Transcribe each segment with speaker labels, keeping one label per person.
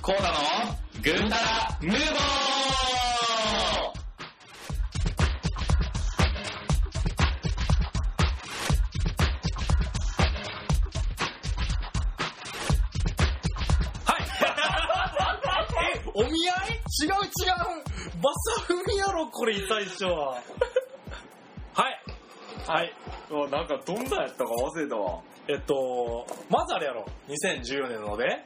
Speaker 1: コーダのぐーたらムーボー
Speaker 2: え、 お見合い違う違うバサフミやろ、これ、最初は。はい。はい。
Speaker 3: あなんかどんなやったか忘れたわ。
Speaker 2: えっと、まずあれやろ、2014年ので、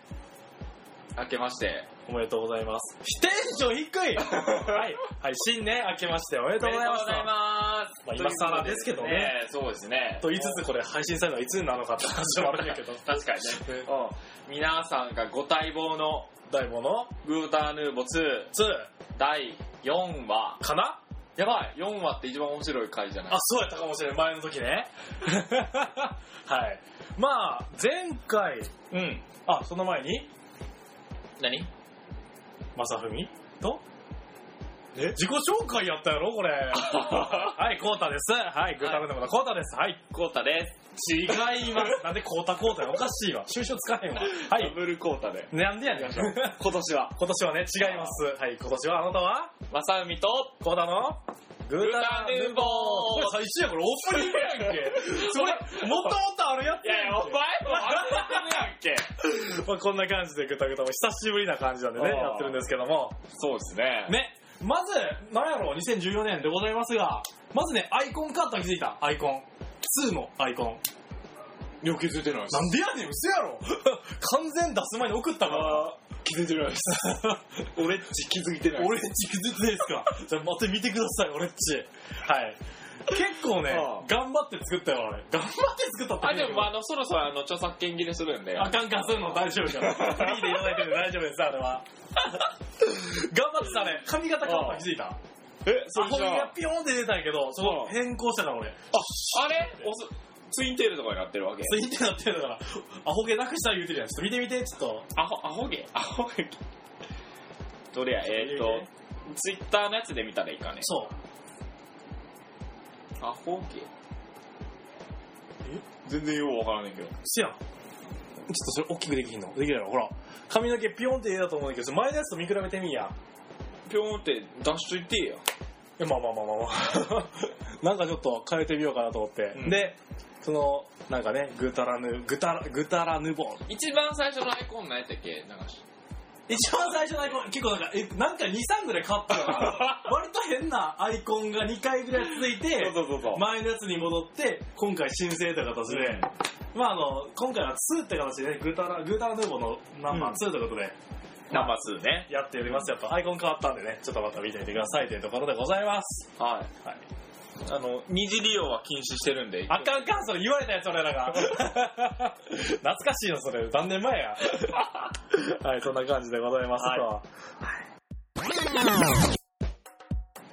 Speaker 3: 明けまして。
Speaker 2: おめでとうございます。テンション 低いはい。はい、新年明けましておめで
Speaker 3: お
Speaker 2: とうございます。
Speaker 3: ます
Speaker 2: まあ今更ですけどね
Speaker 3: ねそうですね。。
Speaker 2: と言いつつこれ配信されるのはいつになるのかって話もあるんやけど
Speaker 3: 確かにね。うん。皆さんがご待望の
Speaker 2: 大物の
Speaker 3: グーターヌーボ2
Speaker 2: 2
Speaker 3: 第4話。
Speaker 2: かな
Speaker 3: やばい !4 話って一番面白い回じゃない
Speaker 2: あ、そうやったかもしれない。前の時 ね。はい。まあ、前回、
Speaker 3: うん。
Speaker 2: あ、その前に、
Speaker 3: 何
Speaker 2: まさふみとえ自己紹介やった やろこれ。はい、こうたです。はい、グータルネムのこうたです。はい。
Speaker 3: コータで
Speaker 2: 違います。なんでこうたこうたおかしいわ。収集つかへんわ。は
Speaker 3: す。ダ
Speaker 2: い。
Speaker 3: ブルコータで。
Speaker 2: なんでやねん。今
Speaker 3: 今年は、
Speaker 2: 年はね、違います。はい、今年はあなたは
Speaker 3: まさうみと、
Speaker 2: こうたのグ
Speaker 3: グーターヌーボー
Speaker 2: これ最初や、これオープニングやん け。それ、もともとあるやつ
Speaker 3: いやいや、お前も笑ってるやんけ。
Speaker 2: まあ、こんな感じでグタグタも久しぶりな感じなんでね、
Speaker 3: あー
Speaker 2: やってるんですけども。
Speaker 3: そうですね。
Speaker 2: ね、まず、なんやろう、2014年でございますが、まずね、アイコンカットは気づいた、アイコン。2のアイコン。
Speaker 3: いや、気づいてないで
Speaker 2: なんでやねん、嘘やろ 完全出す前に送ったから。
Speaker 3: 気づいてないです。 俺っち気づいてない
Speaker 2: 俺っち気づいてないですかじゃあ、また見てください、俺っち。はい。結構ね
Speaker 3: あ、
Speaker 2: 頑張って作ったよ、あれ。頑張って作ったって
Speaker 3: あ、
Speaker 2: 言うけ
Speaker 3: で
Speaker 2: ど
Speaker 3: も、あの、そろそろ、あの、著作権切れするんで。
Speaker 2: あかんかん、そういうの大丈夫じゃん。フリーでいただいてるんで大丈夫です、あれは。頑張ってたね。髪型変わったの気づいた。
Speaker 3: え、
Speaker 2: アホ毛がピョーンって出たんやけど、そこ
Speaker 3: うん
Speaker 2: 変更したから俺。
Speaker 3: あれおすツインテールとかになってるわけ。
Speaker 2: ツイッターなってるから、アホ毛なくしたら言うてるやん。ちょっと見てみて、ちょっと。
Speaker 3: アホ、アホ毛アホ毛どれや、えーっと、ツイッターのやつで見たらいいかね。
Speaker 2: そう。
Speaker 3: アホ毛全然ようわからないけど。
Speaker 2: せやん。ちょっとそれ大きくできひんのできるやろ、ほら。髪の毛ピョンって出たと思うんだけど、前のやつと見比べてみいや。
Speaker 3: ぴょんって出しといてや。
Speaker 2: えまあまあまあまあまあ。 なんかちょっと変えてみようかなと思って。
Speaker 3: うん
Speaker 2: で、その、なんかね、ぐたらぬ、ぐたら、ぐたらぬぼ。
Speaker 3: 一番最初のアイコン何やったっけなんかし
Speaker 2: 一番最初のアイコン、結構なんか、えなんか2、3ぐらい買ったよな。 割と変なアイコンが2回ぐらい続いて、
Speaker 3: そうそうそう。
Speaker 2: 前のやつに戻って、今回申請という形で、まああの、今回は2って形で、グータラ、グータラヌーボーのナンバー2ということで、
Speaker 3: ナンバー2ね。
Speaker 2: やっております。やっぱアイコン変わったんでね、ちょっとまた見てみてくださいというところでございます。
Speaker 3: はい。
Speaker 2: はい。
Speaker 3: あの、二次利用は禁止してるんで。
Speaker 2: あかんあかん、それ言われたやつ、俺ら が。懐かしいよ、それ。何年前や。 はい、そんな感じでございますと。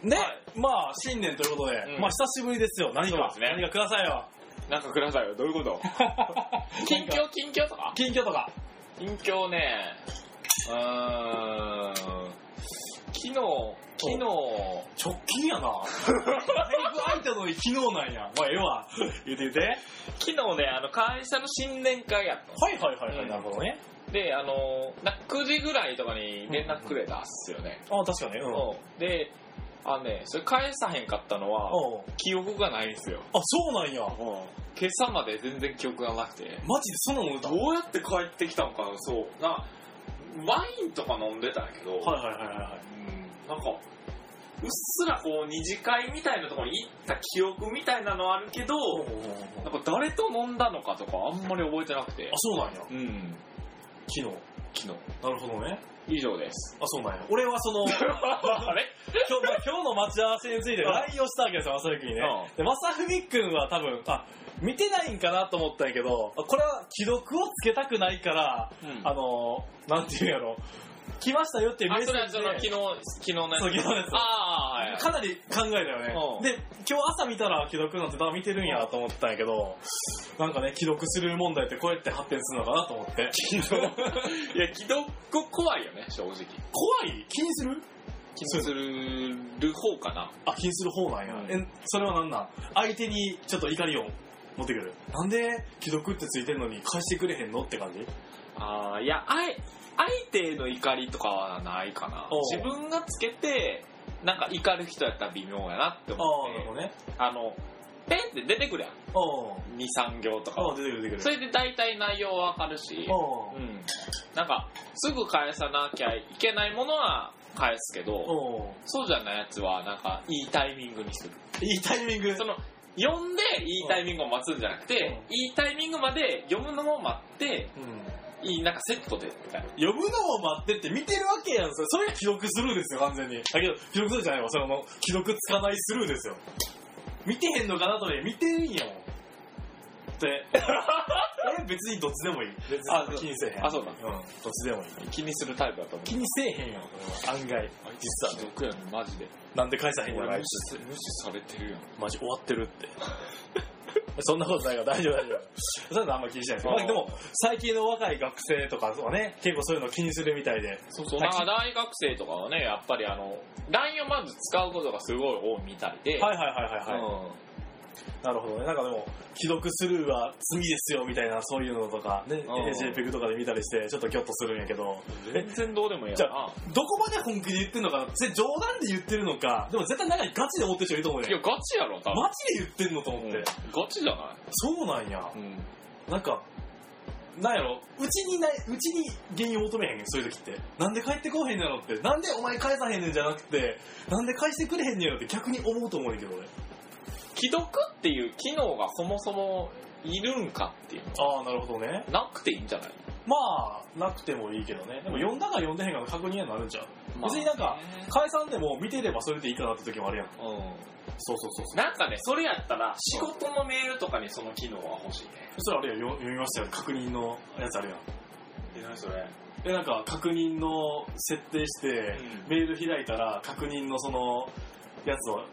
Speaker 2: ね、まあ、新年ということで、
Speaker 3: うん
Speaker 2: まあ、久しぶりですよ。何か、
Speaker 3: そうですね
Speaker 2: 何かくださいよ。
Speaker 3: なんかくださいよ。どういうこと 近況、近況とか
Speaker 2: 近況とか。
Speaker 3: 近況ね、うーん、昨日、昨日、
Speaker 2: 直近やな。だいぶ空いたのに昨日なんや。まあ、ええわ。言って言って。はい
Speaker 3: 昨日ね、あの、会社の新年会やった
Speaker 2: はいはいはい、
Speaker 3: うん
Speaker 2: なるほどね。
Speaker 3: ので、あの、な9時ぐらいとかに連絡くれたっすよね。
Speaker 2: あ確かに。うん。
Speaker 3: うんで、あのね、それ返さへんかったのは、
Speaker 2: うん
Speaker 3: 記憶がないんですよ。
Speaker 2: あ、そうなんや。
Speaker 3: 今朝まで全然記憶がなくて。
Speaker 2: マジでそんなの売った
Speaker 3: どうやって帰ってきたのかな、そう。な、ワインとか飲んでたんやけど、
Speaker 2: はいはいはいはい。
Speaker 3: うんなんか、うっすらこう二次会みたいなところに行った記憶みたいなのはあるけど、
Speaker 2: あ、
Speaker 3: なんか誰と飲んだのかとかあんまり覚えてなくて。
Speaker 2: そうなんや。
Speaker 3: うん。
Speaker 2: 昨日。
Speaker 3: 昨
Speaker 2: なるほどね。
Speaker 3: 日。以上 です。
Speaker 2: あ、そうなんや。俺はそ の、今日、
Speaker 3: あれ
Speaker 2: まあ今日の待ち合わせについて LINE をしたわけですよ、まさゆきにね。
Speaker 3: う
Speaker 2: で、まさふみくんは多分、あ、見てないんかなと思ったんやけど、これは既読をつけたくないから、
Speaker 3: うん
Speaker 2: あの、なんていうんやろ、来ましたよっていうメ
Speaker 3: あ、
Speaker 2: ッセ
Speaker 3: それ
Speaker 2: ー
Speaker 3: は
Speaker 2: ジ
Speaker 3: その昨
Speaker 2: で、
Speaker 3: 日、昨日のやつ。
Speaker 2: そう昨日のやつ
Speaker 3: ああ、はいは い。
Speaker 2: かなり考えたよ
Speaker 3: うん
Speaker 2: ね。で、今日朝見たら既読なんて多分見てるんやと思ったんやけど、なんかね、既読する問題ってこうやって発展するのかなと思って。
Speaker 3: いや、既読怖いよね、正直。
Speaker 2: 怖い気にする
Speaker 3: 気にする方かな。
Speaker 2: あ、気にする方なんや。え、それはなんなん相手にちょっと怒りを持ってくる。なんで既読ってついてるのに返してくれへんのって感じ
Speaker 3: ああ、いや、あえ、相手への怒りとかはないかな
Speaker 2: おう。
Speaker 3: 自分がつけて、なんか怒る人やったら微妙やなって
Speaker 2: ああ
Speaker 3: 思
Speaker 2: ー、なるほ
Speaker 3: っ
Speaker 2: どね。
Speaker 3: て、あの、ペンって出てくるやん。
Speaker 2: おう
Speaker 3: 2、3行とか
Speaker 2: あ
Speaker 3: は
Speaker 2: あ、。出てくる出てくる。
Speaker 3: それで大体内容はわかるし、
Speaker 2: おう
Speaker 3: うん。なんか、すぐ返さなきゃいけないものは返すけど、
Speaker 2: おう
Speaker 3: そうじゃないやつは、なんか、いいタイミングにする。
Speaker 2: いいタイミング。
Speaker 3: その、読んでいいタイミングを待つんじゃなくて、いいタイミングまで読むのを待って、
Speaker 2: うん
Speaker 3: いい、なんかセットで、みたいな。
Speaker 2: 呼ぶのを待ってって見てるわけやん。それそれが既読スルーですよ、完全に。だけど、既読スルーじゃないわ。その、既読つかないスルーですよ。見てへんのかなと思って見て んやもん。で、俺別にどっちでもいい。別
Speaker 3: あ
Speaker 2: に気にせえへん。
Speaker 3: あそうだ
Speaker 2: ん。どっちでもいい。
Speaker 3: 気にするタイプだと思う。
Speaker 2: 気にせえへんやん、俺は案外。実はね
Speaker 3: 既読やねマジで。
Speaker 2: なんで返さへんや
Speaker 3: 俺
Speaker 2: ろ、あ
Speaker 3: 無
Speaker 2: い
Speaker 3: 視
Speaker 2: つ
Speaker 3: さ無視されてるやん。
Speaker 2: マジ終わってるって。 そんなことないから大丈夫大丈夫。そういうのあんま気にしないですけど。まあでも、最近の若い学生とかはね、結構そういうの気にするみたいで。
Speaker 3: そうそう。なんか大学生とかはね、やっぱりあの、LINE をまず使うことがすごい多いみたいで、
Speaker 2: はいはいはいはいはい。
Speaker 3: うん
Speaker 2: なるほどね。なんかでも、既読スルーは罪ですよみたいな、そういうのとか、ね、
Speaker 3: うん
Speaker 2: JPEG とかで見たりして、ちょっとギョッとするんやけど、
Speaker 3: 全然どうでもいい
Speaker 2: じゃ
Speaker 3: やな。
Speaker 2: どこまで本気で言ってんのかなそれ冗談で言ってるのか、でも絶対中にガチで思ってる人いると思う
Speaker 3: いや、
Speaker 2: ね。
Speaker 3: ガチやろ、多分。
Speaker 2: マジで言ってんのと思って。
Speaker 3: うんガチじゃな
Speaker 2: そうなんや
Speaker 3: い。うん。
Speaker 2: なんか、なんやろうちにない、うちに原因を求めへんねん、そういう時って。なんで帰ってこうへんやろって。なんでお前返さへんねんじゃなくて、なんで返してくれへんねんやろって逆に思うと思うねんけど俺。
Speaker 3: 既読っていう機能がそもそもいるんかっていうの
Speaker 2: ああ、なるほどね。
Speaker 3: なくていいんじゃない
Speaker 2: まあ、なくてもいいけどね。でも読んだか読んでへんかの確認にはなるんちゃう別になんか解散でも見てればそれでいいかなって時もあるやん。
Speaker 3: まあね
Speaker 2: そうそうそう
Speaker 3: う
Speaker 2: そ
Speaker 3: ん。
Speaker 2: う。
Speaker 3: なんかね、それやったら、仕事のメールとかにその機能は欲しいね。
Speaker 2: それあれやんよ読みましたよ。確認のやつあるやん。
Speaker 3: え、何それ
Speaker 2: え、なんか確認の設定して、
Speaker 3: うん
Speaker 2: メール開いたら確認のそのやつを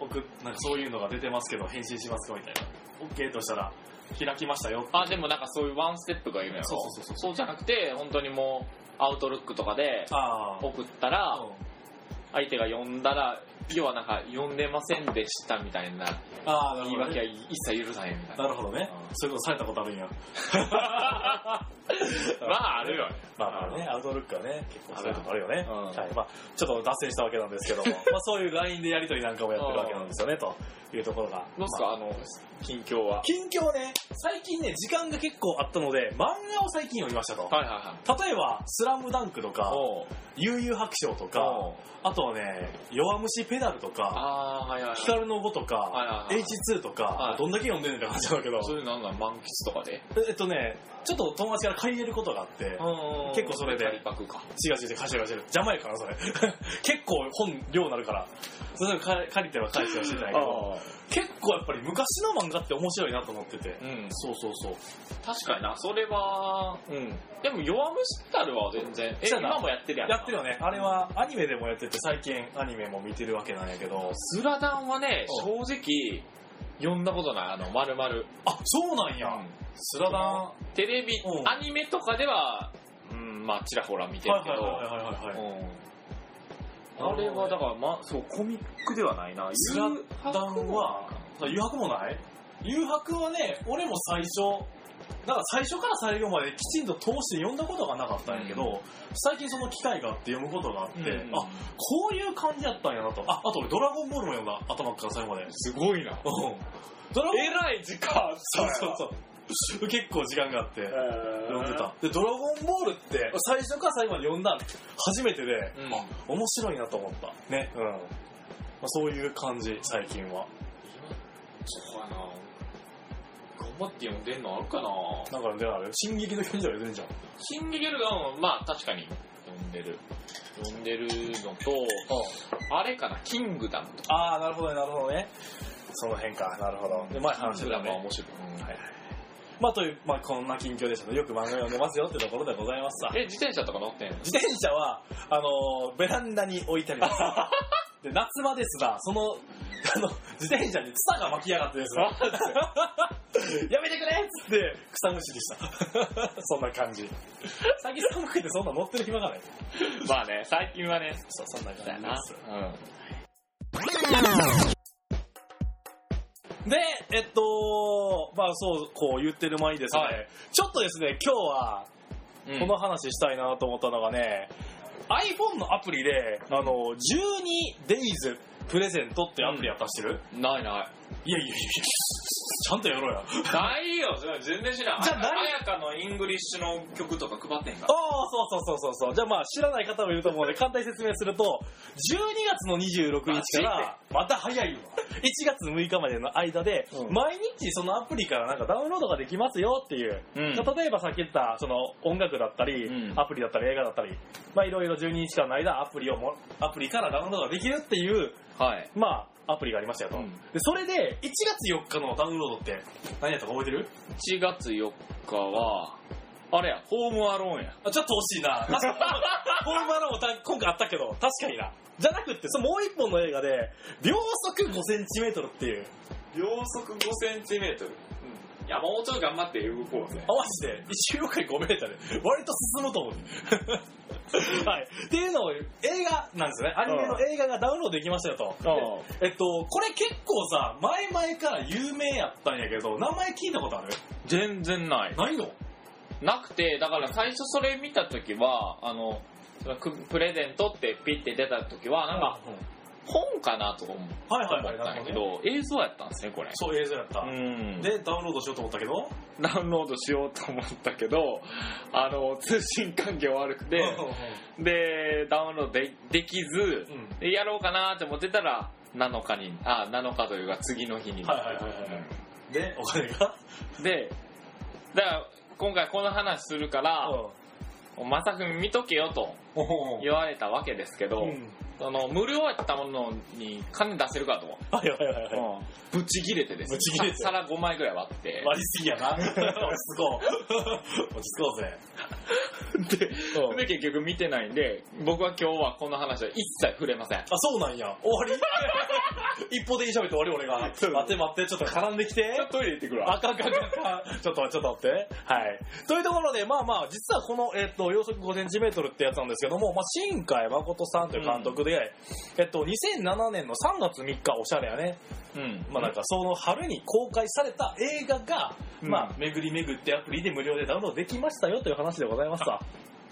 Speaker 2: 送っ、なんかそういうのが出てますけど返信しますかみたいな。OK としたら開きましたよ。
Speaker 3: あ、でもなんかそういうワンステップがいるんやろ
Speaker 2: そうそうそう
Speaker 3: そうじゃなくて、本当にもう、アウトルックとかで
Speaker 2: あー
Speaker 3: 送ったら、
Speaker 2: うん
Speaker 3: 相手が呼んだら、要はなんか、呼んでませんでしたみたいな
Speaker 2: あー、なる
Speaker 3: 言い
Speaker 2: ほど、
Speaker 3: 訳
Speaker 2: ね。
Speaker 3: は一切許さへんみたいな。
Speaker 2: なるほどね
Speaker 3: う。ん
Speaker 2: そういうことされたことあるんや。
Speaker 3: まあ、あるよね。
Speaker 2: まあまあね、アウトルックはね、結構そういうとこあるよね。
Speaker 3: うん
Speaker 2: はい。まあ、ちょっと脱線したわけなんです けども、まあそういう LINE でやりとりなんかもやってるわけなんですよね、というところが。
Speaker 3: どうす
Speaker 2: まあ
Speaker 3: か、あの、近況は。
Speaker 2: 近況ね、最近ね、時間が結構あったので、漫画を最近読みましたと。
Speaker 3: はいはいはい。
Speaker 2: 例えば、スラムダンクとか、
Speaker 3: おう
Speaker 2: 悠々白書とか、
Speaker 3: おう
Speaker 2: あとはね、弱虫ペダルとか、
Speaker 3: ああ、はいはいはい。
Speaker 2: ヒカルの碁と
Speaker 3: はい
Speaker 2: か、
Speaker 3: はいはい。
Speaker 2: H2 と
Speaker 3: は
Speaker 2: か、
Speaker 3: い
Speaker 2: どんだけ読んでんねんって話なんだけど、
Speaker 3: そういうのなんなん満喫とかで。
Speaker 2: えっとね、ちょっと友達から借りれることがあって、結構それで
Speaker 3: パリパクか。
Speaker 2: 違う違う違う、貸してる貸してる。邪魔やから、それ。 結構本量なるから。それで借り借りては返してはしてたんやけど、結構やっぱり昔の漫画って面白いなと思ってて。
Speaker 3: うん。
Speaker 2: そうそうそう。
Speaker 3: 確かにな、それは、うん。でも、弱虫たるは全然、え、
Speaker 2: そうやな
Speaker 3: 今もやってるやん。
Speaker 2: やってるよね。あれはアニメでもやってて、最近アニメも見てるわけなんやけど。
Speaker 3: スラダンはね、
Speaker 2: う
Speaker 3: 正直、読んだことない、あの、まるまる。
Speaker 2: あ、そうなんや。
Speaker 3: うん
Speaker 2: スラダン。は
Speaker 3: テレビ
Speaker 2: う、ん
Speaker 3: アニメとかでは、うん、まあ、ちらほら見
Speaker 2: い
Speaker 3: てる
Speaker 2: はい
Speaker 3: けど、
Speaker 2: はいはいはいはい。
Speaker 3: うん。あれは、だから、まあ、そう、コミックではないな。
Speaker 2: スラ
Speaker 3: 誘
Speaker 2: ダ
Speaker 3: 白
Speaker 2: ンは、誘白もない誘白はね、俺も最初、なんか最初から最後まできちんと通して読んだことがなかったんやけど、
Speaker 3: う
Speaker 2: 最近その機会があって読むことがあって、
Speaker 3: うん
Speaker 2: あ、こういう感じだったんやなと。あ、あと俺ドラゴンボールも読んだ。頭から最後ま で。うん。
Speaker 3: すごいな。
Speaker 2: ドラゴン
Speaker 3: えらい時間
Speaker 2: そうそうそう。 結構時間があって、読んでた。で、ドラゴンボールって、最初から最後まで読んだん初めてで、
Speaker 3: うん
Speaker 2: あ面白いなと思った。ね。うん。まあ、そういう感じ、最近は。
Speaker 3: そうかな。頑張って読んでんのあるかな。
Speaker 2: なんか、であれ、進撃の巨人とか読んでんじゃん。
Speaker 3: シンギゲルガンは、まあ確かに読んでる。読んでるのと、あれかな、キングダムとか。
Speaker 2: ああ、なるほどね、なるほどね。その辺か、なるほど。で、前話し
Speaker 3: キング
Speaker 2: て
Speaker 3: ダ
Speaker 2: た
Speaker 3: ムは
Speaker 2: ね。
Speaker 3: 面白い。うん
Speaker 2: はいまあ、という、まあ、こんな近況でしたね。よく漫画読んでますよってところでございますわ
Speaker 3: え、自転車とか乗ってんの
Speaker 2: 自転車は、あのーベランダに置いてあります。 で、夏場ですが、その、あの、自転車に草が巻き上がってですね やめてくれっつって、草むしりした。 そんな感じ。最近寒くてそんな乗ってる暇がない。
Speaker 3: まあね、最近はね、
Speaker 2: そう、そんな
Speaker 3: そうや
Speaker 2: 感じで
Speaker 3: な。
Speaker 2: す。
Speaker 3: うん。
Speaker 2: で、えっと、まあそう、こう言ってる前にですね、
Speaker 3: はい
Speaker 2: ちょっとですね、今日は、
Speaker 3: うん
Speaker 2: この話したいなと思ったのがね、iPhone のアプリで、あの、12days プレゼントってアプリやったら知ってる、
Speaker 3: ないない。
Speaker 2: いやいやいやいや、ちゃんとやろうや。
Speaker 3: ないよ、それは全然知らん。
Speaker 2: じゃあ何
Speaker 3: やかのイングリッシュの曲とか配ってんか
Speaker 2: ああ、そうそうそうそうそう。じゃあまあ知らない方もいると思うので、簡単に説明すると、12月の26日から、また早いわ。1月6日までの間で、
Speaker 3: うん
Speaker 2: 毎日そのアプリからなんかダウンロードができますよっていう。
Speaker 3: ら。うん。
Speaker 2: 例えばさっき言った、その音楽だったり、
Speaker 3: うん
Speaker 2: アプリだったり映画だったり、まあいろいろ12日間の間アプリをも、アプリからダウンロードができるっていう、
Speaker 3: はい。
Speaker 2: まあアプリがありましたよと。
Speaker 3: うん
Speaker 2: で、それで1月4日のダウンロードって何やったか覚えてる
Speaker 3: 1月4日は、あれや、ホームアローンや。
Speaker 2: あちょっと惜しい な。確かにホームアローンもた今回あったけど、確かにな。じゃなくって、そのもう一本の映画で、秒速5センチメートルっていう。
Speaker 3: 秒速5センチメートル。いや、もうちょい頑張って動こうぜ
Speaker 2: あ、マジで、1秒間5メートル。割と進むと思う。 はい。っていうのを、映画なんですよね。アニメの映画がダウンロードできましたよと。えっと、これ結構さ、前々から有名やったんやけど、名前聞いたことある
Speaker 3: 全然ない。
Speaker 2: ないの
Speaker 3: なくて、だから最初それ見たときは、あの、くプレゼントってピッて出たときは、なんか、
Speaker 2: うん
Speaker 3: 本かなとか思っ
Speaker 2: はい
Speaker 3: た
Speaker 2: は
Speaker 3: ん
Speaker 2: いはい。な
Speaker 3: だ
Speaker 2: るほ
Speaker 3: け
Speaker 2: どね。
Speaker 3: ど、映像やったんですね、これ。
Speaker 2: そう、映像やった。
Speaker 3: ん
Speaker 2: で、ダウンロードしようと思ったけど、
Speaker 3: ダウンロードしようと思ったけど、 あの、通信環境悪くて、で、ダウンロードでできず
Speaker 2: う、ん
Speaker 3: でやろうかなって思ってたら、7日に、あ、7日というか次の日に。
Speaker 2: はいはいはいはいで、お金が
Speaker 3: で、だから、今回この話するから、まさくん見とけよと
Speaker 2: おお
Speaker 3: 言われたわけですけど、
Speaker 2: うん
Speaker 3: その無料やったものに金出せるかと、
Speaker 2: はいはいはいはい。
Speaker 3: ぶち切れてですね
Speaker 2: ぶち切れて
Speaker 3: 皿5枚ぐらい割って、
Speaker 2: 割りすぎや な。落ち着こう。落ち着こうぜ。
Speaker 3: で
Speaker 2: うん
Speaker 3: で結局見てないんで僕は今日はこの話は一切触れません
Speaker 2: あ、そうなんや。終わり 一方的に喋って終わり俺が。待って待って、ちょっと絡んできて。
Speaker 3: トイレ行ってくる
Speaker 2: あかんかんかんかん。ちょっとちょっと待って。はい。というところで、まあまあ、実はこの、えっと、秒速5センチメートルってやつなんですけども、まあ、新海誠さんという監督で、えっと、2007年の3月3日、おしゃれやね。
Speaker 3: うん
Speaker 2: まあなんかその春に公開された映画が、
Speaker 3: うん
Speaker 2: まあ巡り巡ってアプリで無料でダウンロードできましたよという話でございました。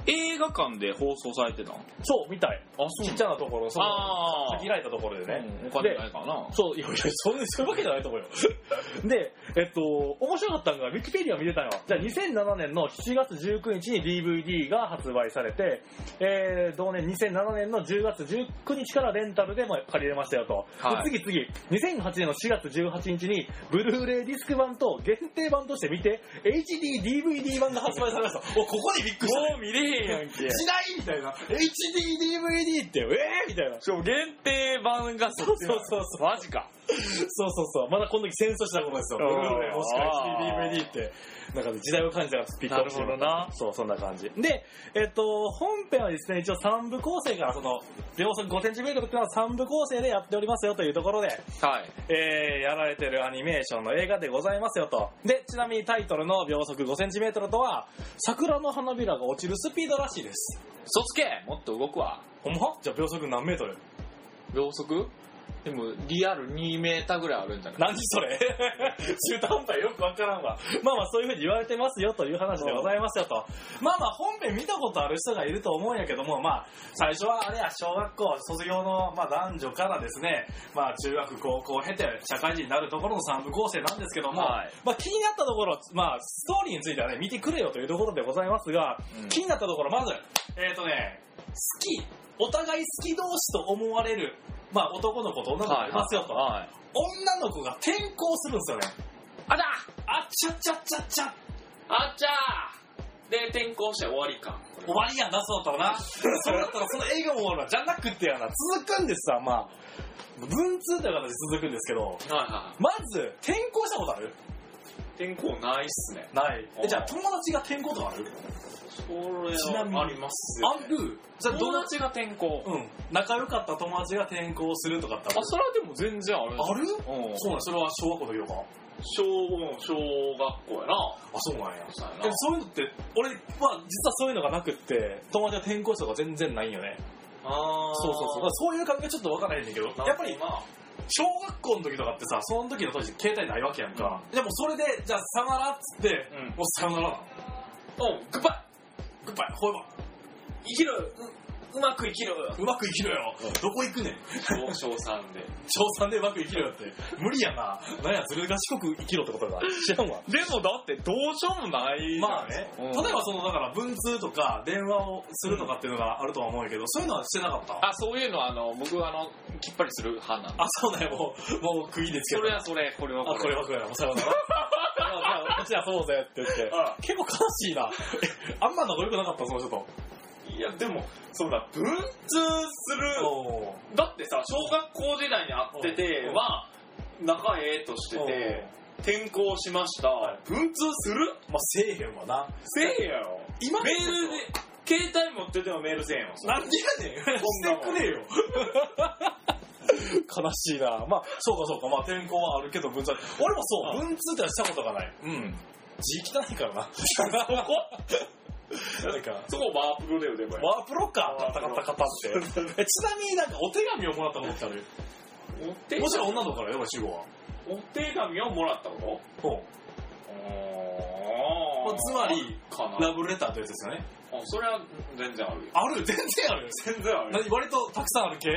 Speaker 3: 映画館で放送されてたの
Speaker 2: そう、みたい。
Speaker 3: あ
Speaker 2: ちっちゃなところ、その
Speaker 3: あー
Speaker 2: 限られたところでね。
Speaker 3: うんお金ないからな
Speaker 2: そう、いやいや、そんなそういうわけじゃないと思うよ。 で、えっと、面白かったのが、ウィキペディア見てたよ。じゃあ2007年の7月19日に DVD が発売されて、えー、同年2007年の10月19日からレンタルでも借りれましたよと。
Speaker 3: はい
Speaker 2: で次々、2008年の4月18日に、ブルーレイディスク版と限定版として見て、HDDVD 版が発売されました。 お、ここでびっくりした。
Speaker 3: もう見れへんやんけ
Speaker 2: しないみたいな。HDDVD って、えーみたいな。
Speaker 3: しかも限定版がそっちなの
Speaker 2: そうそうそう
Speaker 3: マジか
Speaker 2: そうそうそう。まだこの時戦争したことないですよ。ブ
Speaker 3: あー
Speaker 2: ルーレイもしくは HD DVD って。なんかね、時代を感じたからピックアップして
Speaker 3: なるほどな
Speaker 2: そう、そんな感じ。で、えっと、本編はですね、一応3部構成から、その、秒速 5cm っていうのは3部構成でやっておりますよというところで、
Speaker 3: はい
Speaker 2: えー、やられてるアニメーションの映画でございますよと。で、ちなみにタイトルの秒速 5cm とは、桜の花びらが落ちるスピードらしいです。
Speaker 3: そつけもっと動くわ
Speaker 2: ほんまじゃあ秒速何メートル
Speaker 3: 秒速でもリアル2メーターぐらいあるんじゃない
Speaker 2: 何それ 中途半端よくわからんわ。まあまあそういうふうに言われてますよという話でございますよと。まあまあ本編見たことある人がいると思うんやけども、まあ最初はあれや小学校卒業のまあ男女からですね、まあ中学高校を経て社会人になるところの3部構成なんですけども、
Speaker 3: はい
Speaker 2: まあ気になったところ、まあストーリーについてはね見てくれよというところでございますが、
Speaker 3: うん
Speaker 2: 気になったところまず、えっ、とね、好き、お互い好き同士と思われる、まあ男の子と女の子がいますよと。
Speaker 3: はい
Speaker 2: 女の子が転校するんですよね。
Speaker 3: あだ
Speaker 2: あっちゃっちゃっちゃっちゃ。
Speaker 3: あっちゃーで転校して終わりか
Speaker 2: 終わりやんな、そうだったらな。そうだったらその映画も終わるわ。じゃなくてやな。続くんですわ、まあ。文通という形で続くんですけど、
Speaker 3: はいは
Speaker 2: まず、転校したことある
Speaker 3: い転校ないっすね
Speaker 2: ない
Speaker 3: あー
Speaker 2: え、じゃあ友達が転校とかある
Speaker 3: それ
Speaker 2: ちなみに
Speaker 3: あります
Speaker 2: あるじゃあ
Speaker 3: 友
Speaker 2: 友達
Speaker 3: 達が転校、あ
Speaker 2: うん。仲良かった友達が転校するとかってある
Speaker 3: それはでも全然ある
Speaker 2: ある
Speaker 3: うん
Speaker 2: そうなんそれは小学校の時とか。
Speaker 3: 小小学校やな
Speaker 2: あ、そうなんや。
Speaker 3: そうや
Speaker 2: えそういうのって、俺は実はそういうのがなくって、友達が転校したとか全然ないんよね。
Speaker 3: あ
Speaker 2: そうそうそう。だからそういう感じがちょっとわからへんねんけど、やっぱり
Speaker 3: ま
Speaker 2: 小学校の時とかってさ、その時の当時携帯ないわけやんか。でもそれで、じゃあさよならっつって、
Speaker 3: うん
Speaker 2: もうさよならなの
Speaker 3: おグッバイ
Speaker 2: グッバイ、ほえば。
Speaker 3: 生きろよううまく生きろよ
Speaker 2: うまく生きろよ。どこ行くねん。
Speaker 4: 小3で。
Speaker 2: 小3でうまく生きろよって。無理やな。なんや、ずる賢く生きろってことだ。知らんわ。
Speaker 4: でもだってどうしようもないじゃん
Speaker 2: まあね、
Speaker 4: うん
Speaker 2: 例えばそのだから文通とか電話をするとかっていうのがあるとは思うけど、そういうのはしてなかった
Speaker 4: あ、そういうのあの、僕あの、きっぱりする派なんで。
Speaker 2: あ、そうだよ、もう、もう釘ですけ
Speaker 4: そ
Speaker 2: ど。
Speaker 4: れはそれ、これは
Speaker 2: あ、こ
Speaker 4: こ
Speaker 2: れ
Speaker 4: れ。
Speaker 2: はこれは、もうさ ようなら。あじゃあ、こっちはそうぜって言って。結構悲しいな。え あんま仲良くなかった、その人と。
Speaker 3: いやでもそうだ文通する
Speaker 2: おー
Speaker 3: だってさ小学校時代に会ってて
Speaker 2: うん
Speaker 3: まあ仲ええとしてて転校しました文通する
Speaker 2: まあ、せえへんわな。
Speaker 3: せえよ
Speaker 2: 今
Speaker 3: メールで携帯持っててもメールせえよ
Speaker 2: なんでやねんしてくれよ 悲しいなまあそうかそうかまあ転校はあるけど文通は俺もそう文通ってのはしたことがないうん字汚いからななんか
Speaker 3: そこワープロだよでも
Speaker 2: ワープロかカタカタカタってえ ちなみになんかお手紙をもらったことってある
Speaker 3: お手
Speaker 2: もちろん女の子からよ俺主語は
Speaker 3: お手紙をもらったこ
Speaker 2: ほ
Speaker 3: とお
Speaker 2: まあつまり
Speaker 3: か
Speaker 2: う
Speaker 3: な
Speaker 2: ラブレターというやつですよね
Speaker 3: あそれは全然あるよ
Speaker 2: ある全然ある
Speaker 3: 全然あるよ
Speaker 2: 何割とたくさんある系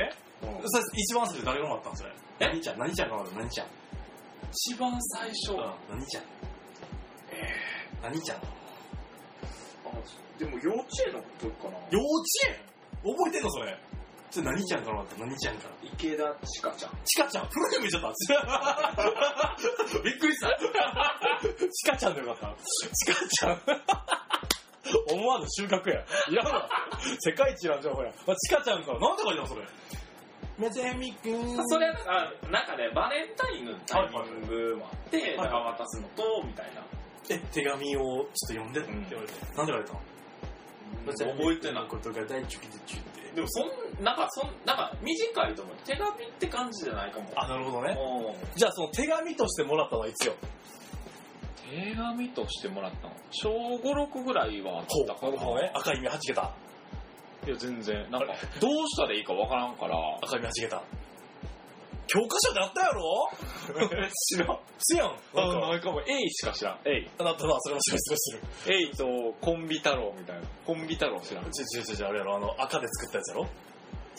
Speaker 3: うん
Speaker 2: それ一番最初誰がもらったんそれ何ちゃん何ちゃんがもらった何ちゃん
Speaker 3: 一番最初
Speaker 2: うん何ちゃん何ちゃん
Speaker 3: あでも幼稚園の時かな
Speaker 2: 幼稚園覚えてんのそれそれ何ちゃんからもらった何ちゃんから
Speaker 3: 池田千佳ちゃん
Speaker 2: チカちゃんフルネーム言っちゃった びっくりしたチカちゃんでよかったチカちゃん 思わぬ収穫やいらんわ世界一な情報や、まあ、チカちゃんからなんて書いてんのそれめぜみくん
Speaker 3: それはなんかなんかねバレンタインのタイミングもあって、
Speaker 2: い
Speaker 3: なんか渡すのとみたいな、
Speaker 2: え手紙をちょっと読んでって言われて、なんで書いてたの
Speaker 3: 覚えてない
Speaker 2: ことが大チョキでチュって
Speaker 3: でもそんなんかそんなんか短いと思う手紙って感じじゃないかも
Speaker 2: あなるほどね
Speaker 3: うん
Speaker 2: じゃあその手紙としてもらったのはいつよ
Speaker 4: 手紙としてもらったの。小5、6ぐらいはあったか
Speaker 2: なるほど
Speaker 4: な。
Speaker 2: ね赤い目はじけた
Speaker 4: いや、全然。なんか、どうしたらいいかわからんから。
Speaker 2: 赤身はじけた。教科書であったやろ 知らん。知らん。なんか、
Speaker 4: いかも。A しか知らん。A。
Speaker 2: あなたはそれも知らん知らん知らん
Speaker 4: A とコンビ太郎みたいな。コンビ太郎知らん。
Speaker 2: ちょちょちょ、あれやろ、あの、赤で作ったやつやろ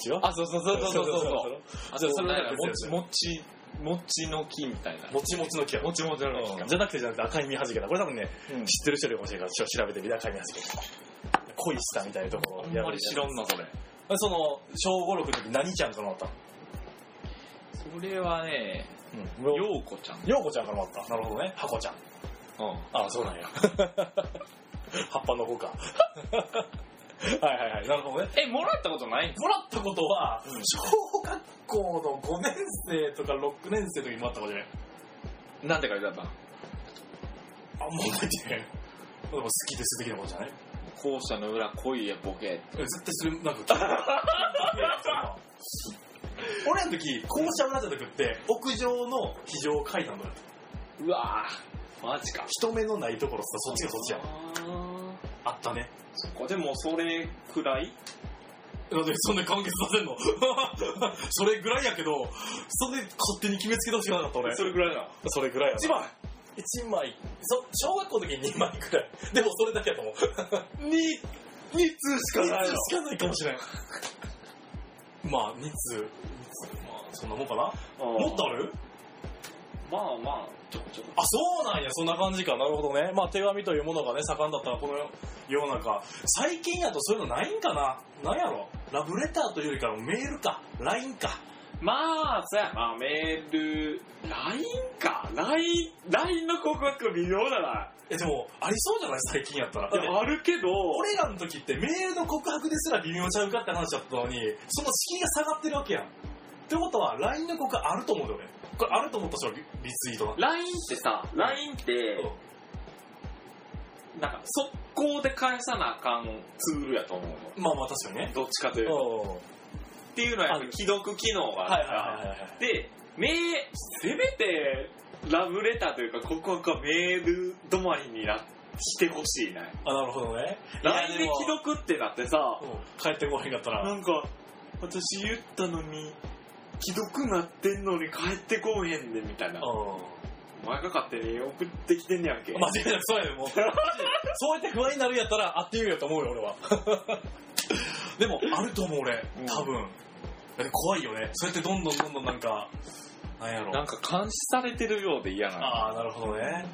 Speaker 2: 違う
Speaker 4: あ、そうそうそうそうそうそうそう。あ
Speaker 2: じ
Speaker 4: と
Speaker 2: ゃあ、そ
Speaker 4: そ
Speaker 2: れ
Speaker 4: れ
Speaker 2: な
Speaker 4: なんん
Speaker 2: か
Speaker 4: か、もち、もち、もちの木みたいな。
Speaker 2: もちもちの木やろ。
Speaker 4: もちもちの木
Speaker 2: う
Speaker 4: か
Speaker 2: ん。じゃなくてじゃなくて赤い実はじけた。これ多分ね、
Speaker 4: うん
Speaker 2: 知ってる人いるかもしれないから、ちょっと調べてみて、赤い実はじけた。恋したみたいなところ
Speaker 4: あんまり知らん
Speaker 2: の。
Speaker 4: な、それ。
Speaker 2: その、小五六の時何ちゃんからもらった
Speaker 4: それはね、
Speaker 2: のよ
Speaker 4: ようこちゃん。
Speaker 2: ようこちゃんからもらった。なるほどね。箱ちゃん。
Speaker 4: うん。
Speaker 2: ああ、そうなんや。 葉っぱの方か。 はいはいはい。なるほどね。
Speaker 4: え、もらったことないん
Speaker 2: もらったことは、小学校の5年生とか6年生の時にもらったことじゃない
Speaker 4: なんて書いてあった
Speaker 2: あ、もう覚えてない。でも好きです的なことじゃない
Speaker 4: 校舎の裏恋やボケ。
Speaker 2: 絶対それ、なんか、 俺らの時、校舎裏じゃなくって、屋上の非常階段のやつ
Speaker 4: うわぁ、マジか。
Speaker 2: 人目のないところさ、そっちがそっちやん。
Speaker 3: あ
Speaker 2: あったね。
Speaker 3: そこでもそれくらい
Speaker 2: なんでそんな完結させんの それぐらいやけど、それで勝手に決めつけてほしくなかった俺。
Speaker 3: それくらいだ
Speaker 2: それぐらいや
Speaker 3: 一枚
Speaker 2: 一枚そ小学校の時に2枚くらいでもそれだけやと思う
Speaker 3: に二通しかない
Speaker 2: 2
Speaker 3: の
Speaker 2: 通しかないかもしれんまあ2通2通まあそんなもんかなもっとある
Speaker 3: まあまあちょこちょこ
Speaker 2: あそうなんやそんな感じかなるほどねまあ手紙というものがね盛んだったらこの世の中最近やとそういうのないんかななんやろラブレターというよりかはメールか LINE か
Speaker 3: まあ、そうやな、メール、LINE か。LINE、LINE の告白は微妙だな。
Speaker 2: えでもありそうじゃない最近やったらだって
Speaker 3: あるけど、
Speaker 2: 俺らの時ってメールの告白ですら微妙ちゃうかって話だったのに、その敷居が下がってるわけやん。ってことは、LINE の告白あると思うで俺。これあると思った人はリリツイートな。
Speaker 3: LINE ってさ、LINE って、なんか速攻で返さなあかんツールやと思うの。
Speaker 2: まあまあ確かにね。
Speaker 3: どっちかというと。
Speaker 2: は
Speaker 3: っていうのはやっぱり既読機能があ
Speaker 2: い
Speaker 3: るから。
Speaker 2: はいはいはいはい。
Speaker 3: で、メせめて、ラブレターというか告白はメール止まりになしてほしいな。
Speaker 2: あ、なるほどね。
Speaker 3: LINE で
Speaker 2: いや
Speaker 3: 既読ってなってさ、
Speaker 2: もうん帰ってこへんかったら、
Speaker 3: なんか、私言ったのに、既読なってんのに帰ってこうへんで、みたいな。
Speaker 2: う
Speaker 5: お前が勝手に送ってきてんねやんけ。
Speaker 2: 間違いなく そうやねんもう。そうやって不安になるんやったら、あって言うよと思うよ、俺は。 でも、あると思う、俺。多分。だって怖いよね。そうやってどんどんどんどんなんか、なんやろ。
Speaker 3: なんか監視されてるようで嫌な
Speaker 2: ああ、なるほどね。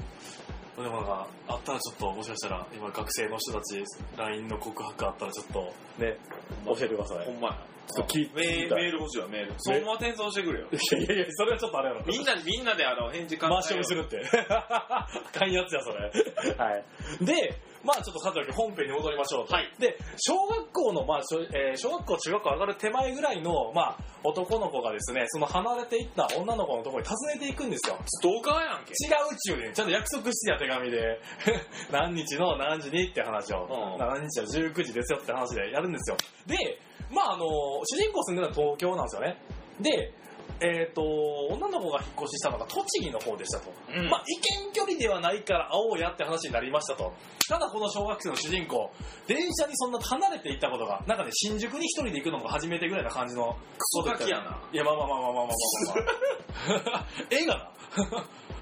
Speaker 2: でもなんか、あったらちょっと、もしかしたら、今学生の人たち、LINE の告白あったらちょっと、
Speaker 1: ね、教えてくださ
Speaker 5: ほ
Speaker 1: い。
Speaker 5: んまや。
Speaker 3: そう聞い
Speaker 5: メールメール欲しいわ、メール。そのまま転送してくれよ。
Speaker 2: いやいや、それはちょっとあれやろ。
Speaker 5: みんな、みんなであの、返事考えよう
Speaker 2: 回し読みするって。あかんやつや、それ。
Speaker 1: はい。
Speaker 2: で、まあちょっとさておき本編に戻りましょうと。
Speaker 5: はい
Speaker 2: で、小学校の、まあ、しょえー小学校、中学校上がる手前ぐらいの、まあ、男の子がですね、その離れていった女の子のところに訪ねていくんですよ。
Speaker 5: ストーカーやんけ。
Speaker 2: 違うっちゅうねんちゃんと約束してや手紙で 何日の何時にって話を、
Speaker 5: うん
Speaker 2: 何日は19時ですよって話でやるんですよでまああの主人公住んでるのは東京なんですよねでえっ、と女の子が引っ越ししたのが栃木の方でしたと、
Speaker 5: うん
Speaker 2: まあ意見距離ではないから会おうやって話になりましたとただこの小学生の主人公電車にそんな離れていったことがなんかね新宿に一人で行くのが初めてぐらいな感じの
Speaker 5: クソガキやない
Speaker 2: や、まあまあまあまあまあまあまあ、ま あ。映画な。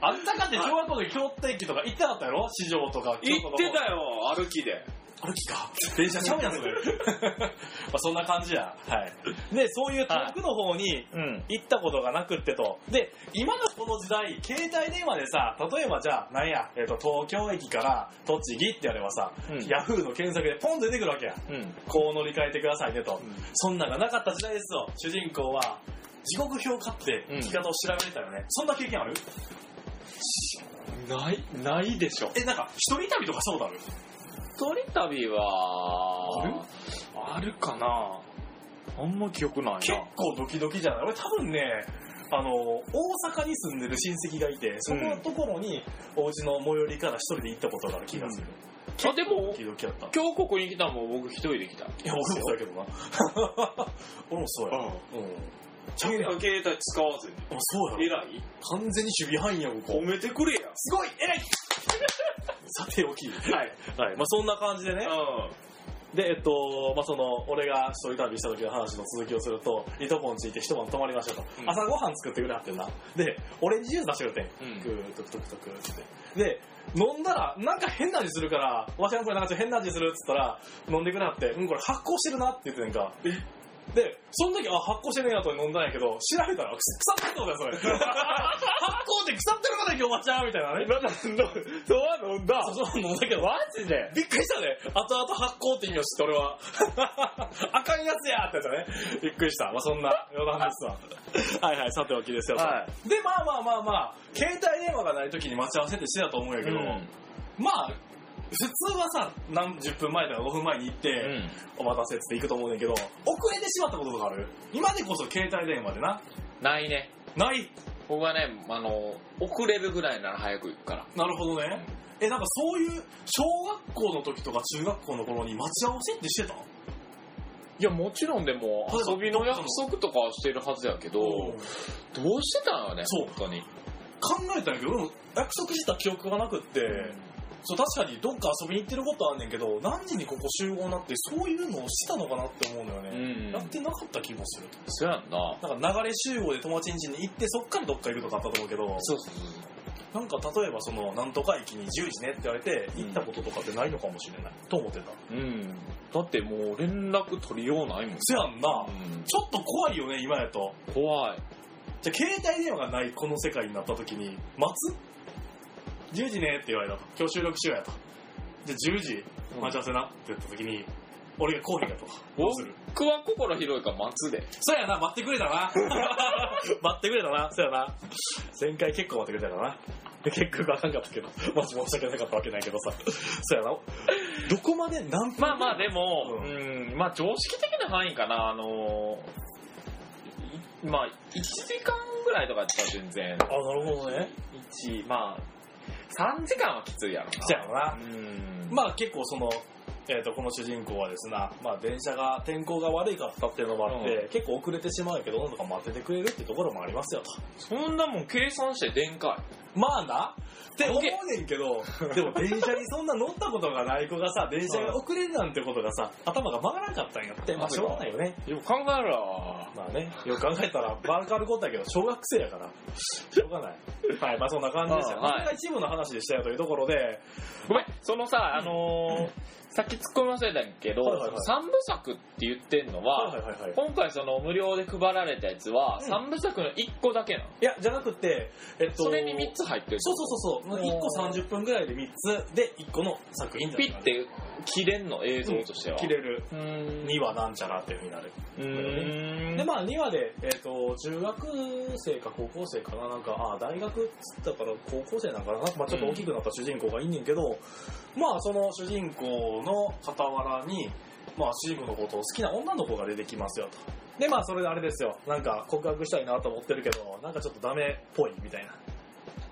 Speaker 2: あんたかって小学校の時京都駅とか行ってなかったやろ市場とか。
Speaker 5: 行ってたよ、歩きで。
Speaker 2: た歩きか。電車ちゃうやん、それ。 まあそんな感じや。はい。で、そういう遠くの方に
Speaker 3: うん
Speaker 2: 行ったことがなくってと。で、今のこの時代、携帯電話でさ、例えばじゃあ、なんや、えっ、と、東京駅から栃木ってやればさ、
Speaker 3: うん
Speaker 2: ヤフーの検索でポンと出てくるわけや。
Speaker 3: うん
Speaker 2: こう乗り換えてくださいねと。
Speaker 3: うん
Speaker 2: そんなんがなかった時代ですよ。主人公は、時刻表を買って、
Speaker 3: うん
Speaker 2: 聞き方を調べれたよね。そんな経験ある
Speaker 3: ないないでしょ
Speaker 2: え、なんか、一人旅とかそうだる
Speaker 3: 一人旅は
Speaker 2: ある
Speaker 3: あるかなあんま記憶ない
Speaker 2: 結構ドキドキじゃない俺多分ね、あの、大阪に住んでる親戚がいて、そこのところに、お家の最寄りから一人で行ったことがある気がする。
Speaker 3: なあでも
Speaker 2: ドキドキやった。い
Speaker 3: 今日ここに来たのも僕一人で来た
Speaker 2: や、俺もそうやけどな。 俺もそうや。うん。ちゃうやん。あ
Speaker 5: 携帯使わずに。
Speaker 2: そうやろ。
Speaker 5: 偉い
Speaker 2: 完全に守備範囲やん、ここ
Speaker 5: 褒。めてくれや。
Speaker 2: すごい偉い さておき。
Speaker 5: はい。
Speaker 2: はい。まあそんな感じでね。
Speaker 5: うん。
Speaker 2: で、えっと、まあ、その、俺が一人旅した時の話の続きをすると、いとこについて一晩泊まりましたと。
Speaker 3: うん
Speaker 2: 朝ごはん作ってくれはってんな。で、オレンジジュース出してくれてん。
Speaker 3: うん
Speaker 2: クー、トクトクトクって。で、飲んだら、なんか変な味するから、わしの声なんかちょっと変な味するっつったら、飲んでくれはって、うん、これ発酵してるなって言ってんか。で、その時、あ、発酵してねえなと思って飲んだんやけど、調べたら、くす腐ってるってことだよ、それ。 発酵って腐ってることだけおばちゃんみたいなね。
Speaker 3: そう飲んだ
Speaker 2: そうそう飲んだけど、マジでびっくりしたね。後々発酵って意味を知って俺は。 あかんやつやってやつね。びっくりした。まあそんな余談ですわ。はいはい、さておきですよ。
Speaker 3: は
Speaker 2: で、まあまあまあまあ、携帯電話がない時に待ち合わせってしてたと思うんやけど、まあ、普通はさ、何十分前とか5分前に行って、
Speaker 3: うん
Speaker 2: お待たせっつって行くと思うんやけど、遅れてしまったこととかある今でこそ携帯電話でな。
Speaker 3: ないね
Speaker 2: ない。
Speaker 3: 僕はねあの遅れるぐらいなら早く行くから
Speaker 2: なるほどね。え、なんかそういう、小学校の時とか中学校の頃に待ち合わせってしてた
Speaker 3: いやもちろんでも
Speaker 2: はい
Speaker 3: 遊びの約束とかはしてるはずやけど
Speaker 2: うん
Speaker 3: どうしてたのよね
Speaker 2: そう
Speaker 3: 本当に
Speaker 2: 考えたんやけど、俺も約束した記憶がなくって、そう確かにどっか遊びに行ってることあんねんけど、何時にここ集合になって、そういうのをしたのかなって思うのよ
Speaker 3: う
Speaker 2: ね。
Speaker 3: ん
Speaker 2: やってなかった気もする。
Speaker 3: そうやんな
Speaker 2: なんか流れ集合で友達ん家に行って、そっからどっか行くとかあったと思うけど、
Speaker 3: そうそう
Speaker 2: なんか例えばその、なんとか駅に10時ねって言われて、行ったこととかってないのかもしれない。と思ってた。
Speaker 3: そううんだってもう連絡取りようないもん
Speaker 2: せやんな。
Speaker 3: うん
Speaker 2: ちょっと怖いよね、今やと。
Speaker 3: 怖い
Speaker 2: じゃあ携帯電話がないこの世界になった時に待つ ?10 時ねって言われたと今日収録しようやとじゃあ10時
Speaker 3: うん
Speaker 2: 待ち合わせなって言った時に俺がコーヒーやとどうする
Speaker 3: 僕は心広いから待つで
Speaker 2: そうやな待ってくれ たな待ってくれたなそうやな前回結構待ってくれたからなで結局あかんかったけどマジ申し訳なかったわけないけどさそうやなどこまで何分
Speaker 3: まあまあでも、う
Speaker 2: う
Speaker 3: んん、まあ常識的な範囲かな、あのーいまあ1時間ぐらいとかやったら全然、
Speaker 2: あなるほどね
Speaker 3: 1、まあ3時間はきついやろ
Speaker 2: そうやろな
Speaker 3: な。うん。
Speaker 2: まあ結構その、えー、とこの主人公はですね、まあ、電車が天候が悪いからだっていうのもあって、結構遅れてしまうけどなんとか待っててくれるってところもありますよと
Speaker 3: そんなもん計算してでんか
Speaker 2: まあなって思うねんけど、でも電車にそんな乗ったことがない子がさ、電車が遅れるなんてことがさ、頭が回らなかったんやって。まあしょうがないよね。
Speaker 3: よく考えろよ
Speaker 2: まあね、よく考えたら、バーカルコンだけど、小学生やから、しょうがない。はい、まあそんな感じでした。
Speaker 3: あ
Speaker 2: こ
Speaker 3: あはい
Speaker 2: れが一部の話でしたよというところで、
Speaker 3: ごめんそのさあのーさっき突っ込み忘れたけど、
Speaker 2: はいはいはい
Speaker 3: 三部作って言ってんのは、
Speaker 2: はいはいはいはい。
Speaker 3: 今回その無料で配られたやつは、
Speaker 2: うん
Speaker 3: 三部作の一個だけなの
Speaker 2: いや、じゃなくて、えっと、
Speaker 3: それに3つ入ってる
Speaker 2: そうそうそうそう、1個30分ぐらいで3つで1個の作品
Speaker 3: ピッて切れんの映像としては、
Speaker 2: 切れる
Speaker 3: うーん
Speaker 2: 2話なんちゃらっていうふうになる。
Speaker 3: うーん
Speaker 2: で、まあ2話で、えっ、と、中学生か高校生かな、なんか、ああ、大学っつったから高校生なんかな、まあちょっと大きくなった主人公がいんねんけど、まあその主人公の傍らに、まあ主人公のことを好きな女の子が出てきますよと。で、まあそれであれですよ、なんか告白したいなと思ってるけど、なんかちょっとダメっぽいみたいな。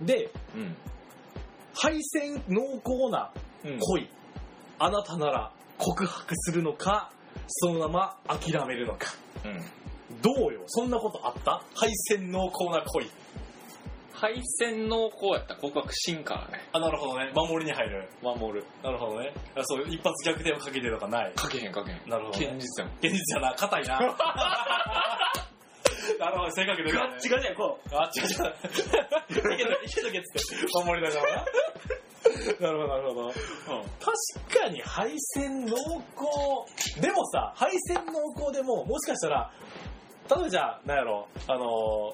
Speaker 2: で、
Speaker 3: うん
Speaker 2: 敗戦濃厚な
Speaker 3: うん
Speaker 2: 恋、あなたなら告白するのか、そのまま諦めるのか。
Speaker 3: うん
Speaker 2: どうよ、そんなことあった敗戦濃厚な恋。
Speaker 3: 配線のこうやったら告白しんからね
Speaker 2: あ、なるほどね。守りに入る。
Speaker 3: 守る
Speaker 2: なるほどね。あそう、一発逆転をかけてるとかない。
Speaker 3: かけへんかけへん
Speaker 2: なるほど、
Speaker 3: 堅
Speaker 2: ね。
Speaker 3: 実やもん
Speaker 2: 現実やな、硬い な。なるほど、正確で、
Speaker 5: ガッチガチやこう。
Speaker 2: あ、違 う違う。いけとけ、いけとけっつって、守り ながらな。なるほど、なるほど。確かに敗戦濃厚。でもさ、敗戦濃厚でも、もしかしたら、例えばじゃあ、なんやろ、あのー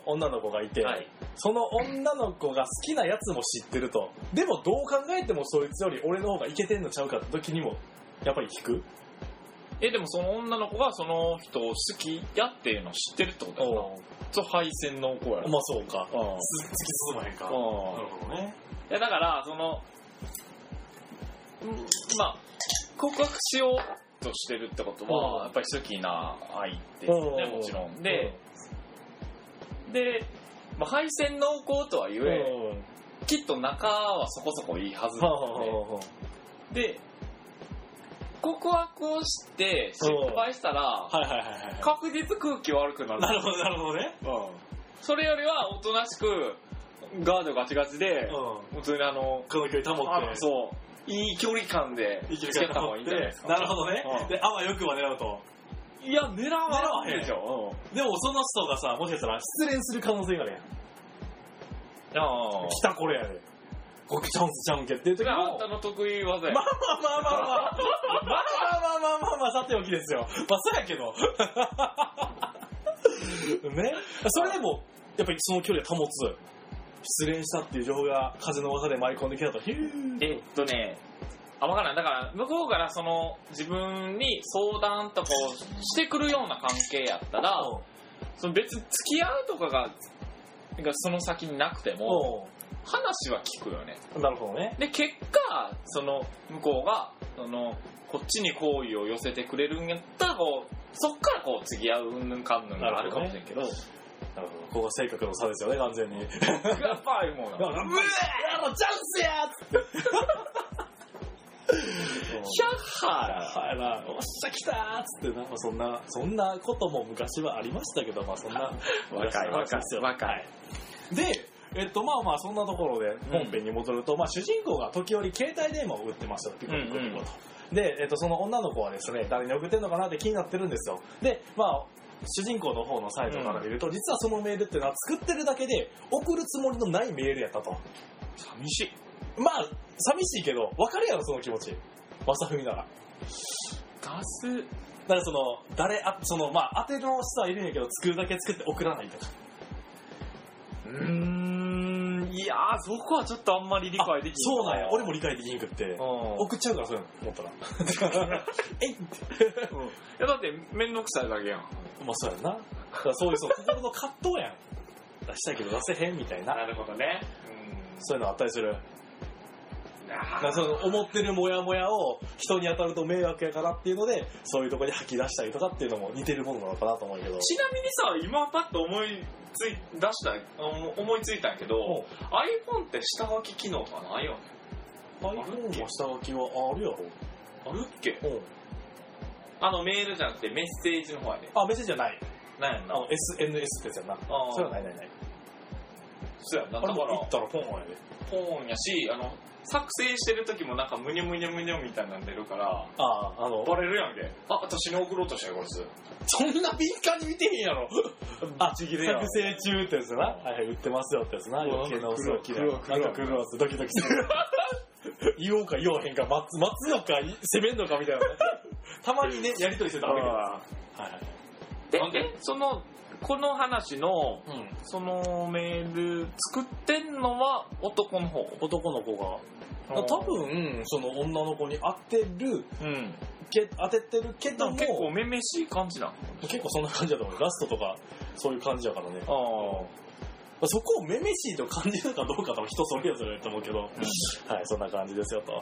Speaker 2: 女の子がいて、
Speaker 5: はい
Speaker 2: その女の子が好きなやつも知ってると。でもどう考えてもそいつより俺の方がイケてんのちゃうかって時にも、やっぱり引く
Speaker 3: えでもその女の子がその人を好きやっていうのを知ってるってことやなそう配線の子やろ
Speaker 2: まあそうか。
Speaker 3: うん
Speaker 2: つ突き進まへんか。な
Speaker 3: う
Speaker 2: る
Speaker 3: ん
Speaker 2: ほどね。
Speaker 3: いやだからそのうんまあ告白しようとしてるってこと
Speaker 2: う
Speaker 3: は
Speaker 2: ん
Speaker 3: やっぱり好きな愛ってね
Speaker 2: うん
Speaker 3: もちろんでで、まあ、配線濃厚とはゆ
Speaker 2: うん、
Speaker 3: え
Speaker 2: うん
Speaker 3: きっと中はそこそこいいはずな
Speaker 2: はあは
Speaker 3: の
Speaker 2: あ
Speaker 3: ね
Speaker 2: は
Speaker 3: で告白をして失敗したら
Speaker 2: あはいはいはいはい。
Speaker 3: 確実空気悪くなる
Speaker 2: なるほど、なるほどね。
Speaker 3: それよりはおとなしくガードガチガチで
Speaker 2: うん。
Speaker 3: 普通にあの
Speaker 2: この距離保っ
Speaker 3: あ
Speaker 2: て。
Speaker 3: そういい距離感で
Speaker 2: 生きる
Speaker 3: 付き合った方
Speaker 2: 方も
Speaker 3: がい
Speaker 2: い
Speaker 3: い
Speaker 2: い
Speaker 3: んじゃないですか
Speaker 2: なるほどね。
Speaker 3: うん
Speaker 2: で、あわよくは狙うと。
Speaker 3: いや狙わ
Speaker 2: わ
Speaker 3: な
Speaker 2: へ
Speaker 3: い
Speaker 2: ん
Speaker 3: でしょ
Speaker 2: でもその人がさ、もしかしたら失恋する可能性があるやん。
Speaker 3: うんあ
Speaker 2: 来たこれやで。これチャンスちゃうんけっていう時
Speaker 3: それ
Speaker 2: も。
Speaker 3: はあんたの得意技や
Speaker 2: まあまあまあまあまあ。まあまあまあまあまあまあ、さておきですよ。まあそうやけど。ね。それでも、やっぱりその距離を保つ。失恋したっていう情報が風の技で舞い込んできたと。ヒュー
Speaker 3: えっとねあ分からないだから向こうからその自分に相談とかをしてくるような関係やったらその別に付き合うとかががその先になくても
Speaker 2: お
Speaker 3: 話は聞くよね
Speaker 2: うなるほどね。
Speaker 3: で結果その向こうがそのこっちに好意を寄せてくれるんやったらこうそっからこう次ぎ合ううんぬんかんぬんがあるかもしれんけど
Speaker 2: なるほど。ここが性格の差ですよね、完全に。
Speaker 3: やっぱりもうな
Speaker 2: うわもうチャンスやーっつって。
Speaker 3: ヒャッハーだ
Speaker 2: はいな、おっしゃ来たーっつってなんかそんなそんなことも昔はありましたけどまあそん な
Speaker 3: 若い若い若い
Speaker 2: でえっとまあまあそんなところで
Speaker 3: うん
Speaker 2: 本編に戻ると、まあ主人公が時折携帯電話を打ってますよピコピコピコと、で、えっと、その女の子はですね誰に送ってんのかなって気になってるんですよでまあ主人公の方のサイトから見ると、実はそのメールっていうのは作ってるだけで送るつもりのないメールやったと
Speaker 3: 寂しい
Speaker 2: まあ寂しいけどわかるやろその気持ち正文なら
Speaker 3: ガス
Speaker 2: だからその、誰、あ、その、まあ、当ての人はいるんやけど、作るだけ作って送らないとか。
Speaker 3: うーんいやーそこはちょっとあんまり理解でき
Speaker 2: そうなんや、俺も理解できんくって。
Speaker 3: う
Speaker 2: 送っちゃうから、そういうの、思ったら。 えいって。
Speaker 3: ん、うん、いやだって面倒くさいだけやん
Speaker 2: まあ、そうやんな。だからそういう、そう、心の葛藤やん。出したいけど出せへんみたいな。
Speaker 3: るほどね
Speaker 2: そういうのあったりする。
Speaker 3: うん
Speaker 2: だからその、思ってるモヤモヤを人に当たると迷惑やからっていうので、そういうとこに吐き出したりとかっていうのも似てるものなのかなと思うけど。
Speaker 3: ちなみにさ、今パッと思いつい、出した、あ思いついたんやけど、iPhone って下書き機能とかないよね。
Speaker 2: iPhone の下書きはあるやろ。
Speaker 3: あるっけ
Speaker 2: うん。
Speaker 3: あのメールじゃなくてメッセージの方やで。
Speaker 2: あ、メッセージじゃない。
Speaker 3: なんやん
Speaker 2: あ
Speaker 3: な。
Speaker 2: の、SNS ってやつやんな。
Speaker 3: あー
Speaker 2: それはないないない。
Speaker 3: そうやんな
Speaker 2: あ
Speaker 3: だ
Speaker 2: れ
Speaker 3: から
Speaker 2: も行ったらポンやで。
Speaker 3: ポーンやしあの作成してる時もなんかムニョムニョムニョみたいなん出るから
Speaker 2: ああ、あの、
Speaker 3: バレるやんけあ私に送ろうとしたよこいつ
Speaker 2: そんな敏感に見てへんやろ。あ、作
Speaker 3: れやん
Speaker 2: 成中ってやつな。はいはい、売ってますよってやつな。
Speaker 3: うわ
Speaker 2: 余計なお世話嫌い。
Speaker 3: 黒黒
Speaker 2: 赤黒ロスドキドキする。言おうか言おうへんか、待つ待つのか、い攻めんのかみたいな。たまに ね、やりとりしてたわけど。はいはい。
Speaker 3: で
Speaker 5: なんで
Speaker 3: えそのこの話の
Speaker 2: うん。
Speaker 3: そのメール作ってんのは男の方
Speaker 2: 男の子が。多分、その女の子に当てる、
Speaker 3: うん
Speaker 2: け当ててるけ
Speaker 3: で
Speaker 2: ど
Speaker 3: も
Speaker 2: も、
Speaker 3: 結構めめしい感じなん
Speaker 2: 結構そんな感じだと思う。ラストとか、そういう感じやからね。
Speaker 3: ああ
Speaker 2: そこをめめしいと感じるかどうかと人それぞれだと思うけど、はい、そんな感じですよと。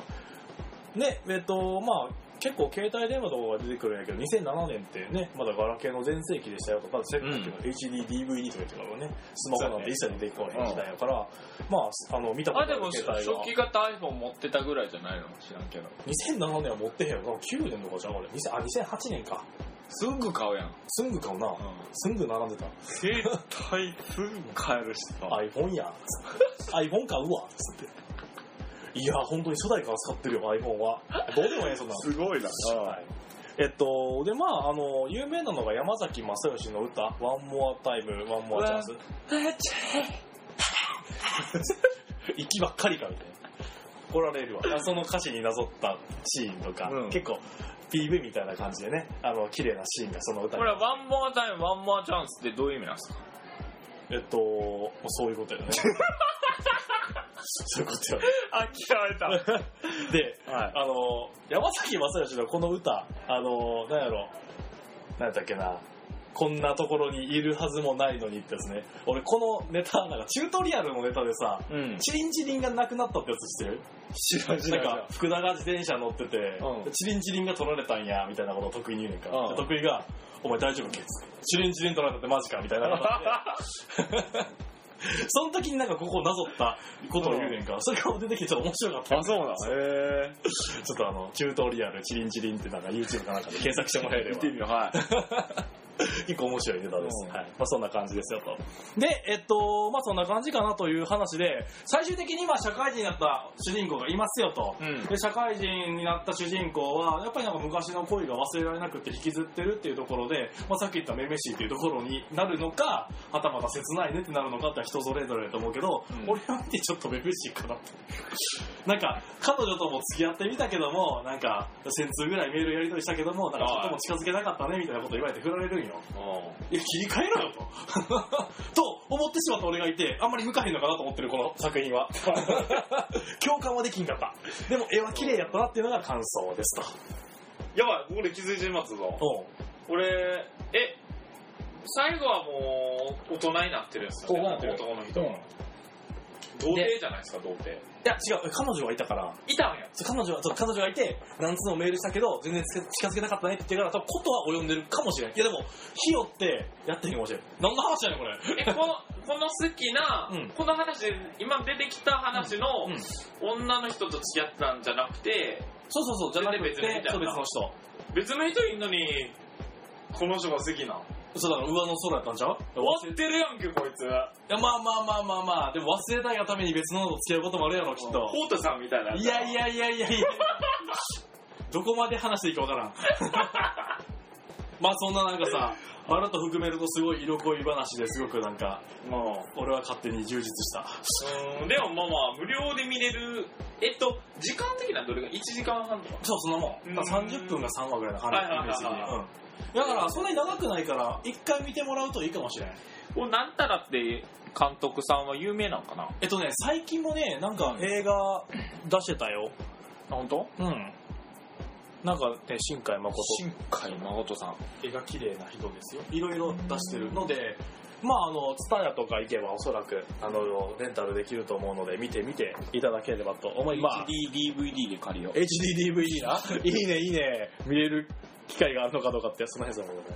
Speaker 2: で、えっと、まあ、結構携帯電話とかが出てくるんやけど、2007年ってね、まだガラケーの全盛期でしたよとか、さっきの HD、DVD とか言ってたからね、スマホなんて一切出てこない時代やから、まあ、あの、見たこと
Speaker 3: あ
Speaker 2: あ
Speaker 3: で
Speaker 2: る
Speaker 3: も 初
Speaker 2: 携帯が。
Speaker 3: 期型 iPhone 持ってたぐらいじゃないの知らんけど
Speaker 2: 2007年は持ってへんよな。9年とかじゃん、俺。2000あ、2008年か。
Speaker 3: すぐ買うやん、
Speaker 2: すんぐかもな。すんぐ並んでた。
Speaker 3: 携帯すぐ買えるしさ
Speaker 2: iPhone や。iPhone 買うわ。つって。いや、本当に初代から使ってるよ、iPhone は。どうでもええ、そんなの。
Speaker 3: ごいな
Speaker 2: はいえっと、で、まあ、あの、有名なのが山崎正義の歌、One More Time, One More Chance。息ばっかりかみたいな。怒られるわ。あその歌詞になぞったシーンとか、
Speaker 3: うん
Speaker 2: 結構 PV みたいな感じでね、あの、綺麗なシーンがその歌
Speaker 3: こ
Speaker 2: に
Speaker 3: れ。はワンモアタイムワンモアチャンスってどういう意味なんですか
Speaker 2: えっと、そういう ことよね。そういうことよ ね。
Speaker 3: あ嫌われた
Speaker 2: で、
Speaker 3: はい
Speaker 2: あの、山崎正義のこの歌、あの、なんやろ、なんやったっけな、こんなところにいるはずもないのにってですね、俺このネタ、なんかチュートリアルのネタでさ、
Speaker 3: うん
Speaker 2: チリンチリンがなくなったってやつ知ってる
Speaker 3: 知らん知
Speaker 2: な
Speaker 3: ら
Speaker 2: ん
Speaker 3: ん
Speaker 2: か、福田が自転車乗ってて、
Speaker 3: うん
Speaker 2: チリンチリンが取られたんや、みたいなことを得意に言うねんか。
Speaker 3: うん
Speaker 2: で得意が、お前大丈夫っけっつってチリンチリン取られたってマジかみたいなこと でその時になんかここをなぞったことを言うねんか。それが出てきてちょっと面白かっ た。
Speaker 3: あそうなんへえ
Speaker 2: ちょっとあの、チュートリアル、チリンチリンってなんか YouTube かなんかで検索してもらえれ
Speaker 3: 見
Speaker 2: ば
Speaker 3: て、みよ うはい
Speaker 2: 結構面白いネタです。
Speaker 3: うん
Speaker 2: はい。まあそんな感じですよと。で、えっと、まあそんな感じかなという話で、最終的に今社会人になった主人公がいますよと。
Speaker 3: うん
Speaker 2: で、社会人になった主人公は、やっぱりなんか昔の恋が忘れられなくて引きずってるっていうところで、まあさっき言っためめしいっていうところになるのか、はたまた切ないねってなるのかって人それぞれだと思うけど、
Speaker 3: うん
Speaker 2: 俺は見てちょっとめめしいかなって。なんか、彼女とも付き合ってみたけども、なんか、1000通ぐらいメールやり取りしたけども、なんかちょっとも近づけなかったねみたいなこと言われて振られるんよ。いや、切り替えろよと。 と思ってしまった俺がいて、あんまり向かへんのかなと思ってる、この作 品は。共感はできんかった。でも、絵は綺麗やったなっていうのが感想ですと。
Speaker 3: やばい俺気づいてますぞ
Speaker 2: おう
Speaker 3: 俺え最後はもう大人になってるんですよ、ね、
Speaker 2: 大人になってる
Speaker 3: 男の人、
Speaker 2: うん
Speaker 3: 童貞じゃないですか童貞
Speaker 2: いや、違う、彼女がいたから、
Speaker 3: いたんや
Speaker 2: そう彼女は、そう彼女がいて、何つのメールしたけど、全然つけ近づけなかったねって言ってから、多分ことは及んでるかもしれん。いや、でも、ひよってやってへんかもしれん。何の話やねん、これ。
Speaker 3: えこ のこの好きな、
Speaker 2: うん
Speaker 3: この話今出てきた話の、
Speaker 2: うん
Speaker 3: 女の人と付き合ってたんじゃなくて
Speaker 2: そうそうそう、じゃなくて、
Speaker 3: 全然別の人やった
Speaker 2: そう別
Speaker 3: 別
Speaker 2: の人。
Speaker 3: の人いんのにこの人が好きな
Speaker 2: そうだから、上の空やったんちゃう
Speaker 3: 終わってるやんけこいつ
Speaker 2: いや、まあまあまあまあまあ、でも忘れたいがために別ののと付き合うこともあるやろ、きっと。
Speaker 3: 太田さんみたいない
Speaker 2: やいやいやいやいやどこまで話していいかわからん。 まあそんななんかさ、バラと含めるとすごい色恋話ですごくなんか、
Speaker 3: も
Speaker 2: 俺は勝手に充実した。
Speaker 3: ううんでもまあまあ無料で見れるえっと時間的などれが1時間半とか
Speaker 2: そう、そんなも
Speaker 3: うん
Speaker 2: ん。だから30分が3話ぐらいの話、
Speaker 3: はいはいはい
Speaker 2: イメージにうんだから、そんなに長くないから、一回見てもらうといいかもしれない。
Speaker 3: こうなんたらって監督さんは有名なんかな
Speaker 2: えっとね、最近もね、なんか映画出してたよ。
Speaker 3: 本当
Speaker 2: うん。なんかね、新海誠。
Speaker 3: 新海誠さん
Speaker 2: 絵が綺麗な人ですよいろいろ出してるのでまああの TSUTAYA とか行けばおそらくあのレンタルできると思うので見てみていただければと思います
Speaker 3: HDDVD で借りよう
Speaker 2: HDDVD な いいねいいね見れる機会があるのかどうかってその辺だもんね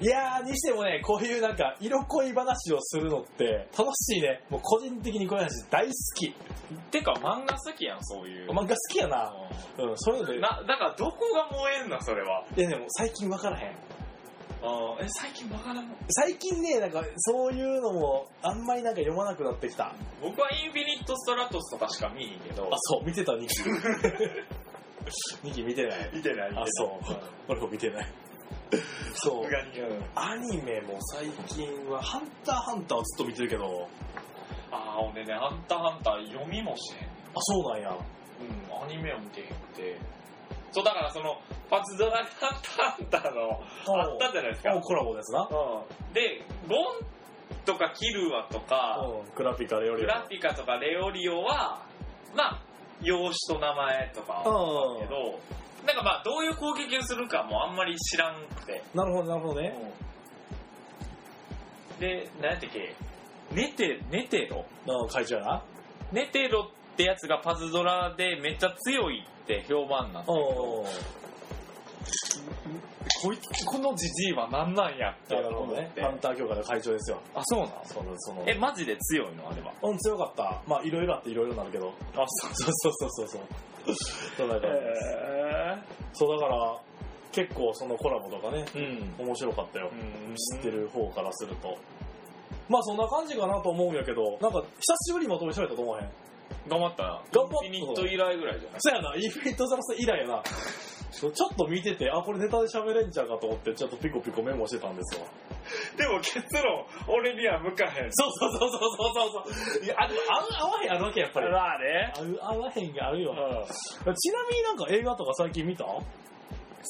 Speaker 2: いやーにしてもねこういうなんか色恋話をするのって楽しいねもう個人的にこういう話大好き
Speaker 3: てか漫画好きやんそういう
Speaker 2: 漫画好きやなうんそういうので
Speaker 3: なだからどこが燃えんなそれは
Speaker 2: ででも最近分からへん
Speaker 3: あーえ最近わからんの
Speaker 2: 最近ね、なんか、そういうのも、あんまりなんか読まなくなってきた。あ、
Speaker 3: 僕はインフィニット・ストラトスとかしか見にんけど
Speaker 2: そう、見てた、ニキ。ニキ見てない。
Speaker 3: 見てない
Speaker 2: あ、そう。俺も見てない。そう。
Speaker 3: がにうん
Speaker 2: アニメも最近は、ハンターハンターをずっと見てるけど、
Speaker 3: ああ俺ね「ハンターハンター」読みもしてへん
Speaker 2: あ、そうなんや。
Speaker 3: うん、アニメを見てへんくて。そう、だからその、パズドラハンターハンターの、あったじゃないですか。
Speaker 2: もうコラボですな。
Speaker 3: うん。で、ゴンとかキルアとか、
Speaker 2: うん、クラピカレオ
Speaker 3: グ
Speaker 2: リ
Speaker 3: ラピカとかレオリオは、まあ、容姿と名前とかはあったけ
Speaker 2: う
Speaker 3: ど、なんかまあ、どういう攻撃をするかもあんまり知らんくて。
Speaker 2: ん。なるほど、なるほどね。
Speaker 3: で、なんやったっけ、ネテ、ネテロ
Speaker 2: うん、会長やな。
Speaker 3: ネテロってやつがパズドラでめっちゃ強いって評判になって
Speaker 2: う
Speaker 3: る
Speaker 2: ん
Speaker 3: けど。こいつ、このじじいはなんなんやって
Speaker 2: なる
Speaker 3: 思
Speaker 2: ほ
Speaker 3: っ
Speaker 2: どね。
Speaker 3: て。
Speaker 2: ハンター協会の会長ですよ。
Speaker 3: あ、そうなの
Speaker 2: その、その。
Speaker 3: え、マジで強いのあれは。
Speaker 2: うん、強かった。まあ、いろいろあっていろいろなるけど。あ、そうそうそうそうそう。そうなんかそう、だから、結構そのコラボとかね、
Speaker 3: うん。
Speaker 2: 面白かったよ。
Speaker 3: うん
Speaker 2: 知って。る方からすると。まあ、そんな感じかなと思うんやけど、なんか、久しぶりにまとめしゃべったと思わへん。
Speaker 3: 頑張ったな。
Speaker 2: 頑張った
Speaker 3: インフィニット以来ぐらいじゃない
Speaker 2: そやな、インフィニットザラス以来やな。ちょっと見てて、あ、これネタで喋れんちゃうかと思って、ちょっとピコピコメモしてたんですわ。
Speaker 3: でも結論、俺には向かへん。
Speaker 2: そうそうそうそうそうそう。いや、あ、でも合う、合わへんあるわけやっぱり。合う、
Speaker 3: まあね。
Speaker 2: 合わへんがあるよ。ちなみになんか映画とか最近見たう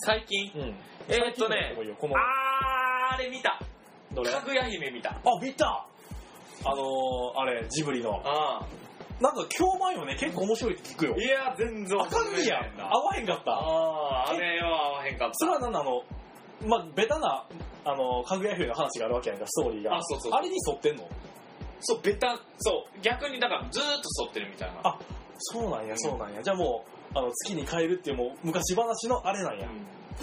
Speaker 3: 最近。
Speaker 2: ん。
Speaker 3: えーっとね
Speaker 2: 最近のやつでもいいよこの、
Speaker 3: あー、あれ見た。
Speaker 2: どれ
Speaker 3: か
Speaker 2: あ、
Speaker 3: ぐや姫見た。
Speaker 2: 見たあのー、あれ、ジブリの。
Speaker 3: あ
Speaker 2: なんか評判よね、結構面白いって聞くよ
Speaker 3: あ。。いや、全然
Speaker 2: あかんねやん。合
Speaker 3: あ
Speaker 2: わへんかった。
Speaker 3: あー、あれは合わへんかっ
Speaker 2: そ
Speaker 3: た。
Speaker 2: れはなんなのまあ、ベタな、あの、かぐや姫の話があるわけやんか、ストーリーが。
Speaker 3: あそうそうそう
Speaker 2: あれに沿ってんの
Speaker 3: そう、ベタ、そう、逆にだからずーっと沿ってるみたいな。
Speaker 2: あそうなんや、そうなんや。じゃあもう、あの、月に帰るっていうもう、昔話のあれなん
Speaker 3: う
Speaker 2: や。
Speaker 3: ん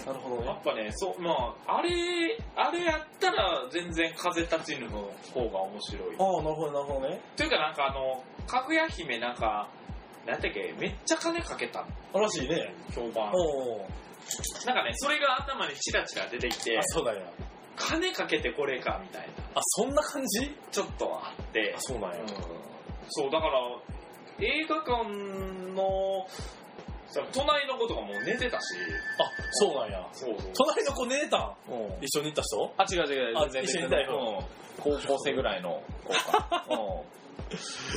Speaker 2: なるほど
Speaker 3: や
Speaker 2: ね。
Speaker 3: っぱね、そう、まあ、あれ、あれやったら全然風立ちぬの方が面白い。
Speaker 2: ああ、なるほど、なるほどね。
Speaker 3: というかなんかあの、かぐや姫なんか、なんだっけ、めっちゃ金かけた
Speaker 2: らしいね。
Speaker 3: 評判。
Speaker 2: おお。
Speaker 3: なんかね、それが頭にチラチラ出てきて
Speaker 2: あ、、そうだよ。
Speaker 3: 金かけてこれかみたいな、
Speaker 2: あ、そんな感じ
Speaker 3: ちょっとあって
Speaker 2: あ、、そうなんや。
Speaker 3: そう、だから、映画館の、その隣の子とかもう寝てたし、
Speaker 2: あ、そうなんや。
Speaker 3: そうそう。
Speaker 2: 隣の子寝たん
Speaker 3: うん
Speaker 2: 一緒に行った人
Speaker 3: あ、違う違う、
Speaker 2: あ
Speaker 3: 全然
Speaker 2: 一緒にい
Speaker 3: 別
Speaker 2: た
Speaker 3: に
Speaker 2: いの
Speaker 3: うん高校生ぐらいの子か。 うん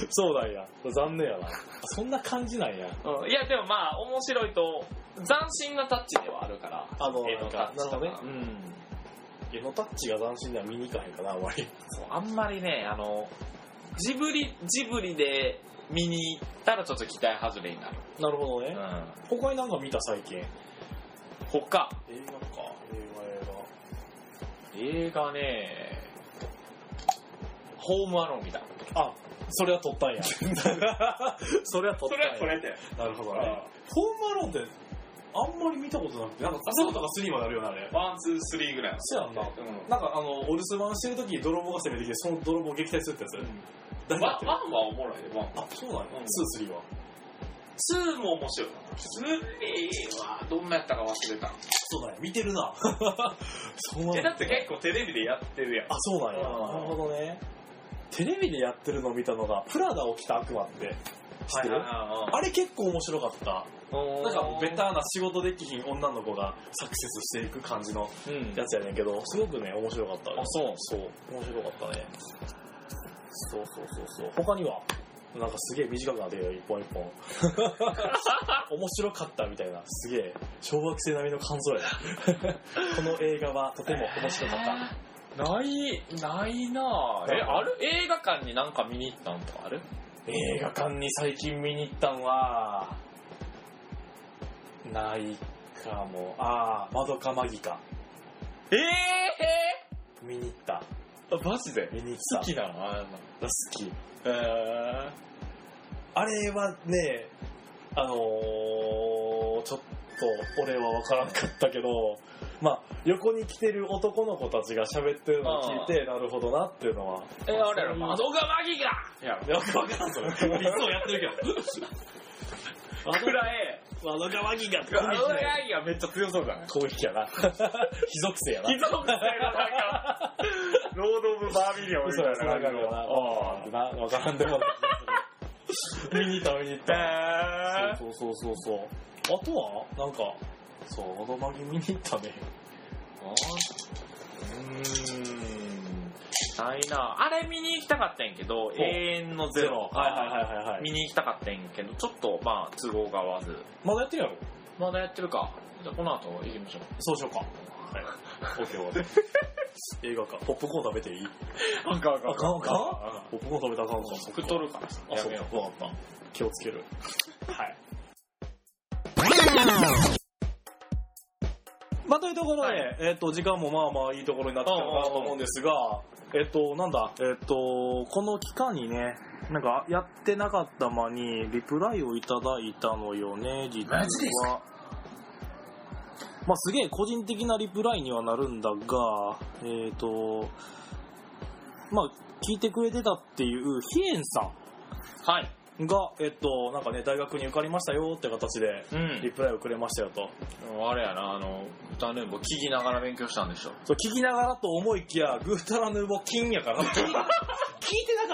Speaker 2: そうなんや。残念やな。あそんな感じなんや。
Speaker 3: うんいや、でもまあ、面白いと、斬新なタッチではあるから。
Speaker 2: あの、
Speaker 3: 絵
Speaker 2: な
Speaker 3: の
Speaker 2: ん
Speaker 3: タ
Speaker 2: か
Speaker 3: ッ、チ
Speaker 2: な
Speaker 3: と
Speaker 2: る
Speaker 3: か
Speaker 2: ほどね。うん。絵のタッチが斬新では見に行かへんかな、あんまり。
Speaker 3: そうあんまりね、あの、ジブリ、ジブリで見に行ったらちょっと期待外れになる。
Speaker 2: なるほど
Speaker 3: う
Speaker 2: ね。
Speaker 3: ん。
Speaker 2: 他になんか見た最近。映
Speaker 3: 他、
Speaker 2: 画か。映画映
Speaker 3: 映
Speaker 2: 画。
Speaker 3: 画ね、ホームアローン見た。
Speaker 2: あ、それは撮ったんや。それは撮ったんや。
Speaker 5: れて。
Speaker 2: なるほどね。フォームアローンって、あんまり見たことなくて、なんか、
Speaker 3: あそう
Speaker 2: とかスリーまであるよね、あれ。
Speaker 3: ワン、ツー、スリーぐらい。
Speaker 2: そうやんな。
Speaker 3: う
Speaker 2: なんか、あの、お留守番してる時に泥棒が攻めてきて、その泥棒を撃退するってやつ。誰
Speaker 3: ん。
Speaker 2: だ
Speaker 3: ワ
Speaker 2: って
Speaker 3: ン
Speaker 2: る
Speaker 3: ワンはおもろいよ、ワン。
Speaker 2: あ、そうなんや。
Speaker 3: うん
Speaker 2: ツー、スリーは。
Speaker 3: ツーも面白い。スリーはどんなやったか忘れた。
Speaker 2: そうなんや。見てるな。 そうなん
Speaker 3: え、
Speaker 2: や
Speaker 3: だって結構テレビでやってるやん。
Speaker 2: あ、そうなんや。な
Speaker 3: うん
Speaker 2: るほどね。テレビでやってるのを見たのが、プラダを着た悪魔って知ってる、あれ結構面白かった。
Speaker 3: な
Speaker 2: なんかもうベタな仕事できひん女の子がサクセスしていく感じの
Speaker 3: うん
Speaker 2: やつやねんけど、すごくね、面白かった。
Speaker 3: あ、そう。
Speaker 2: そう、面白かったね。そうそうそうそう。他には、なんかすげえ短くなってるよ、一本一 本。面白かったみたいな、すげえ、小学生並みの感想やね。この映画はとても面白かった。
Speaker 3: ない、ないなぁ。え、ある映画館になんか見に行ったんとかある
Speaker 2: 映画館に最近見に行ったんは、ないかも。あー、窓かマギか。
Speaker 3: え
Speaker 2: 見に行った。
Speaker 3: ぇ、マジで
Speaker 2: 見に行った。
Speaker 3: 好きなのあれ
Speaker 2: 好き。
Speaker 3: え
Speaker 2: あれはね、あのーちょっと俺は分からなかったけど、まあ、横に来てる男の子たちが喋ってるのを聞いて、なるほどなっていうのは。
Speaker 3: ー、え、あれやろ、窓がマギがいや、
Speaker 2: いや、分からん、それ。理想やってるけど。
Speaker 3: 暗え。
Speaker 2: ワノガワギが攻
Speaker 3: あの
Speaker 2: 撃だよ
Speaker 3: ヤギがめっちゃ強そうだね。
Speaker 2: 攻撃やな。非属性やな。
Speaker 3: 貴族みたいな、なんか、ロード・オブ・バービリオンみ
Speaker 2: 嘘
Speaker 3: たい
Speaker 2: や
Speaker 3: な
Speaker 2: つな
Speaker 3: 感
Speaker 2: がるよな。ああ、な、わからんでもない気がする。見に行った、見に行った。
Speaker 3: じ。
Speaker 2: そうそうそうそうそう。あとは、なんか、そう、ワドマギ見に行ったね。
Speaker 3: うーん。ないなあれ見に行きたかったんやけど、永遠のゼロ。
Speaker 2: はいはいはいはいはい。
Speaker 3: 見に行きたかったんやけど、ちょっと、まあ、都合が合わず。
Speaker 2: まだやってるやろ
Speaker 3: まだやってるか。じゃあ、この後行きましょう。
Speaker 2: そうしようか。はい。オッケーオッケー。映画か。ポップコーン食べていい
Speaker 3: あかんあ
Speaker 2: あかんあかんポップコーン食べたらあかんか。
Speaker 3: 食っとるから。
Speaker 2: あ、
Speaker 3: や
Speaker 2: そう
Speaker 3: め
Speaker 2: か
Speaker 3: よう。。
Speaker 2: わかった。気をつける。はい。 まあ、というところで、
Speaker 3: は
Speaker 2: えっ、と、時間もまあまあいいところになってきたかなと思うんですが、えっ、と、なんだ、えっ、と、この期間にね、なんか、やってなかった間に、リプライをいただいたのよね、実は。
Speaker 3: マジです
Speaker 2: まあ、すげえ個人的なリプライにはなるんだが、えっ、と、まあ、聞いてくれてたっていう、ヒエンさん。
Speaker 3: はい。
Speaker 2: が、えっと、なんかね、大学に受かりましたよって形で、
Speaker 3: うん
Speaker 2: リプライをくれましたよと。
Speaker 3: あれやな、あの、歌ヌーボ聞きながら勉強したんでしょ。
Speaker 2: そう、聞きながらと思いきや、グータラヌーボ金やから、聞いてな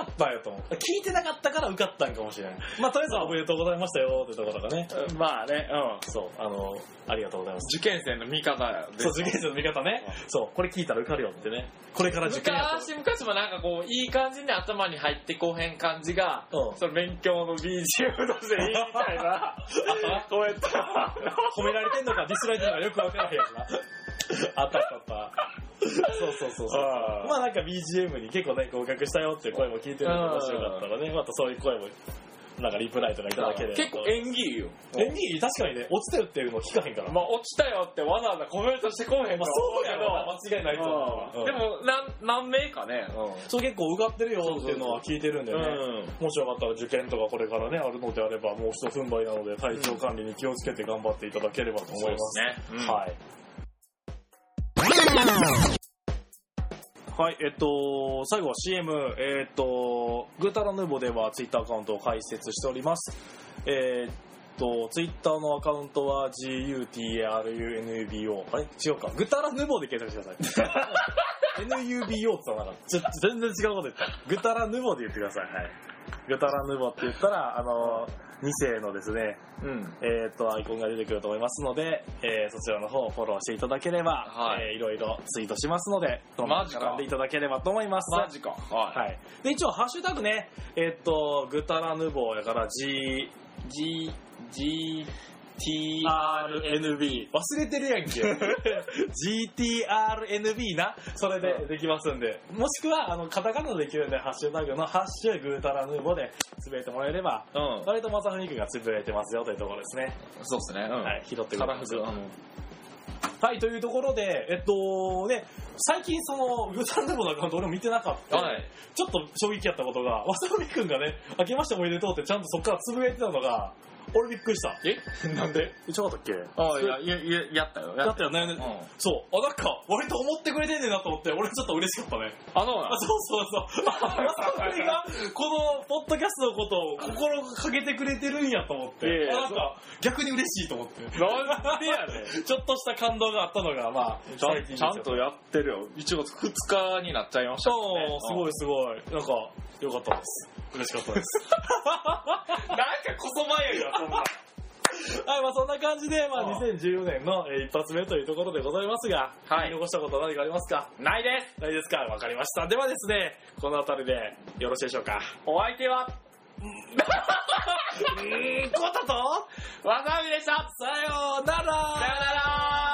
Speaker 2: かったよと。聞いてなかったから受かったんかもしれない。まあ、とりあえずはおめでとうございましたよってところがね。
Speaker 3: まあね、うん。
Speaker 2: そう、あの、ありがとうございます。
Speaker 3: 受験生の味方やで
Speaker 2: そう、受験生の味方ね。そう、これ聞いたら受かるよってね。これから受験やと。
Speaker 3: 昔昔もなんかこういい感じに頭に入ってこうへん感じが、
Speaker 2: うん
Speaker 3: その勉強の BGM としていいみ たいなこうやって
Speaker 2: 褒められてんのかディスられてんのかよくわからへんやつな。あったあったあった。そうそうそうそう。
Speaker 3: あー
Speaker 2: まあなんか BGM に結構ね、合格したよっていう声も聞いてるのが面白かったらね、またそういう声も、なんかリプライとかいただけで。
Speaker 3: 結構縁起いいよ
Speaker 2: 演技確かにね、落ちてるっていうの聞かへんから。
Speaker 3: まあ落ちたよってわざわざコメントしてこうへん
Speaker 2: まあそうやろな、間違いないと思う
Speaker 3: う
Speaker 2: わ。
Speaker 3: ん
Speaker 2: うん
Speaker 3: で、も何何名かね
Speaker 2: そう結構受かってるよっていうのは聞いてるんで
Speaker 3: う
Speaker 2: ね。
Speaker 3: ん
Speaker 2: もしよかったら受験とかこれからね、あるのであれば、もう一踏ん張りなので、体調管理に気をつけて頑張っていただければと思います。
Speaker 3: そうですね、
Speaker 2: はい。はい、えっと、最後は CM、えっと、グータラヌーボではツイッターアカウントを開設しております。えっと、ツイッターのアカウントは GUTARUNUBO。あれ違うか。グータラヌーボで検索してください。NUBO って言ったのかなちょ全然違うこと言った。グータラヌーボで言ってください。はい。グータラヌーボって言ったら、あの、2世のですね、
Speaker 3: うん
Speaker 2: えー、とアイコンが出てくると思いますので、えーそちらの方をフォローしていただければ、
Speaker 3: はい
Speaker 2: いえーいろいろツイートしますのでどんどん
Speaker 3: マジか
Speaker 2: 絡んでいただければと思います
Speaker 3: マジかはい、
Speaker 2: はい、で一応ハッシュタグねえっ、とグタラヌボーやから GRNB
Speaker 3: G G T
Speaker 2: 忘れてる やんけ GTRNB なそれ
Speaker 3: う
Speaker 2: でできますんでもしくはあのカタカナでできるんでハッシュタグの「ハッシュグータラヌーボー」でつぶやいてもらえれば
Speaker 3: うん
Speaker 2: 割とまさふみくんがつぶやいてますよというところですね、
Speaker 3: そうっすねうん
Speaker 2: はい拾ってくれ
Speaker 3: ただ
Speaker 2: ま
Speaker 3: ふ
Speaker 2: す
Speaker 3: くうん
Speaker 2: はい、というところで、えっとね、最近その、グータンデボのアカウント俺も見てなかった。
Speaker 3: はい
Speaker 2: ちょっと衝撃やったことが、わさびくんがね、明けましておめでとうってちゃんとそっからつぶやいてたのが、俺びっくりした。
Speaker 3: え なんで
Speaker 2: え、ちょかったっけ
Speaker 3: あいや、いや、いややったよ。や
Speaker 2: だっ
Speaker 3: った
Speaker 2: よね。
Speaker 3: た。うん。
Speaker 2: そう。あ、なんか、割と思ってくれてんねんなと思って、俺ちょっと嬉しかったね。
Speaker 3: あ、そう
Speaker 2: あ、そうそうそう。あわさびが、この、ポッドキャストのことを心かけてくれてるんやと思っ
Speaker 3: いやい
Speaker 2: て、
Speaker 3: や
Speaker 2: あなんか、逆に嬉しいと思って。
Speaker 3: なん。なんでやねん。
Speaker 2: ちょっとした感動があったのが、まあ、
Speaker 3: ちゃ
Speaker 2: 最
Speaker 3: ん
Speaker 2: 近です
Speaker 3: ちゃ
Speaker 2: よ
Speaker 3: んとやってるよ。1月2日になっちゃいました
Speaker 2: そう、すご
Speaker 3: い。
Speaker 2: いすごい。なんか、良かったです。嬉しかったです。
Speaker 3: なんかこそばゆいわ、そんな。
Speaker 2: はい、まあそんな感じで、まあ
Speaker 3: ああ
Speaker 2: 2014年のえー一発目というところでございますが、
Speaker 3: はい
Speaker 2: 見残したことは何かありますか
Speaker 3: ないです。
Speaker 2: ないですかわかりました。ではですね、この辺りでよろしいでしょうか。
Speaker 3: お相手は、
Speaker 2: うーん、こうだと
Speaker 3: わさびでした。
Speaker 2: さようなら
Speaker 3: さよなら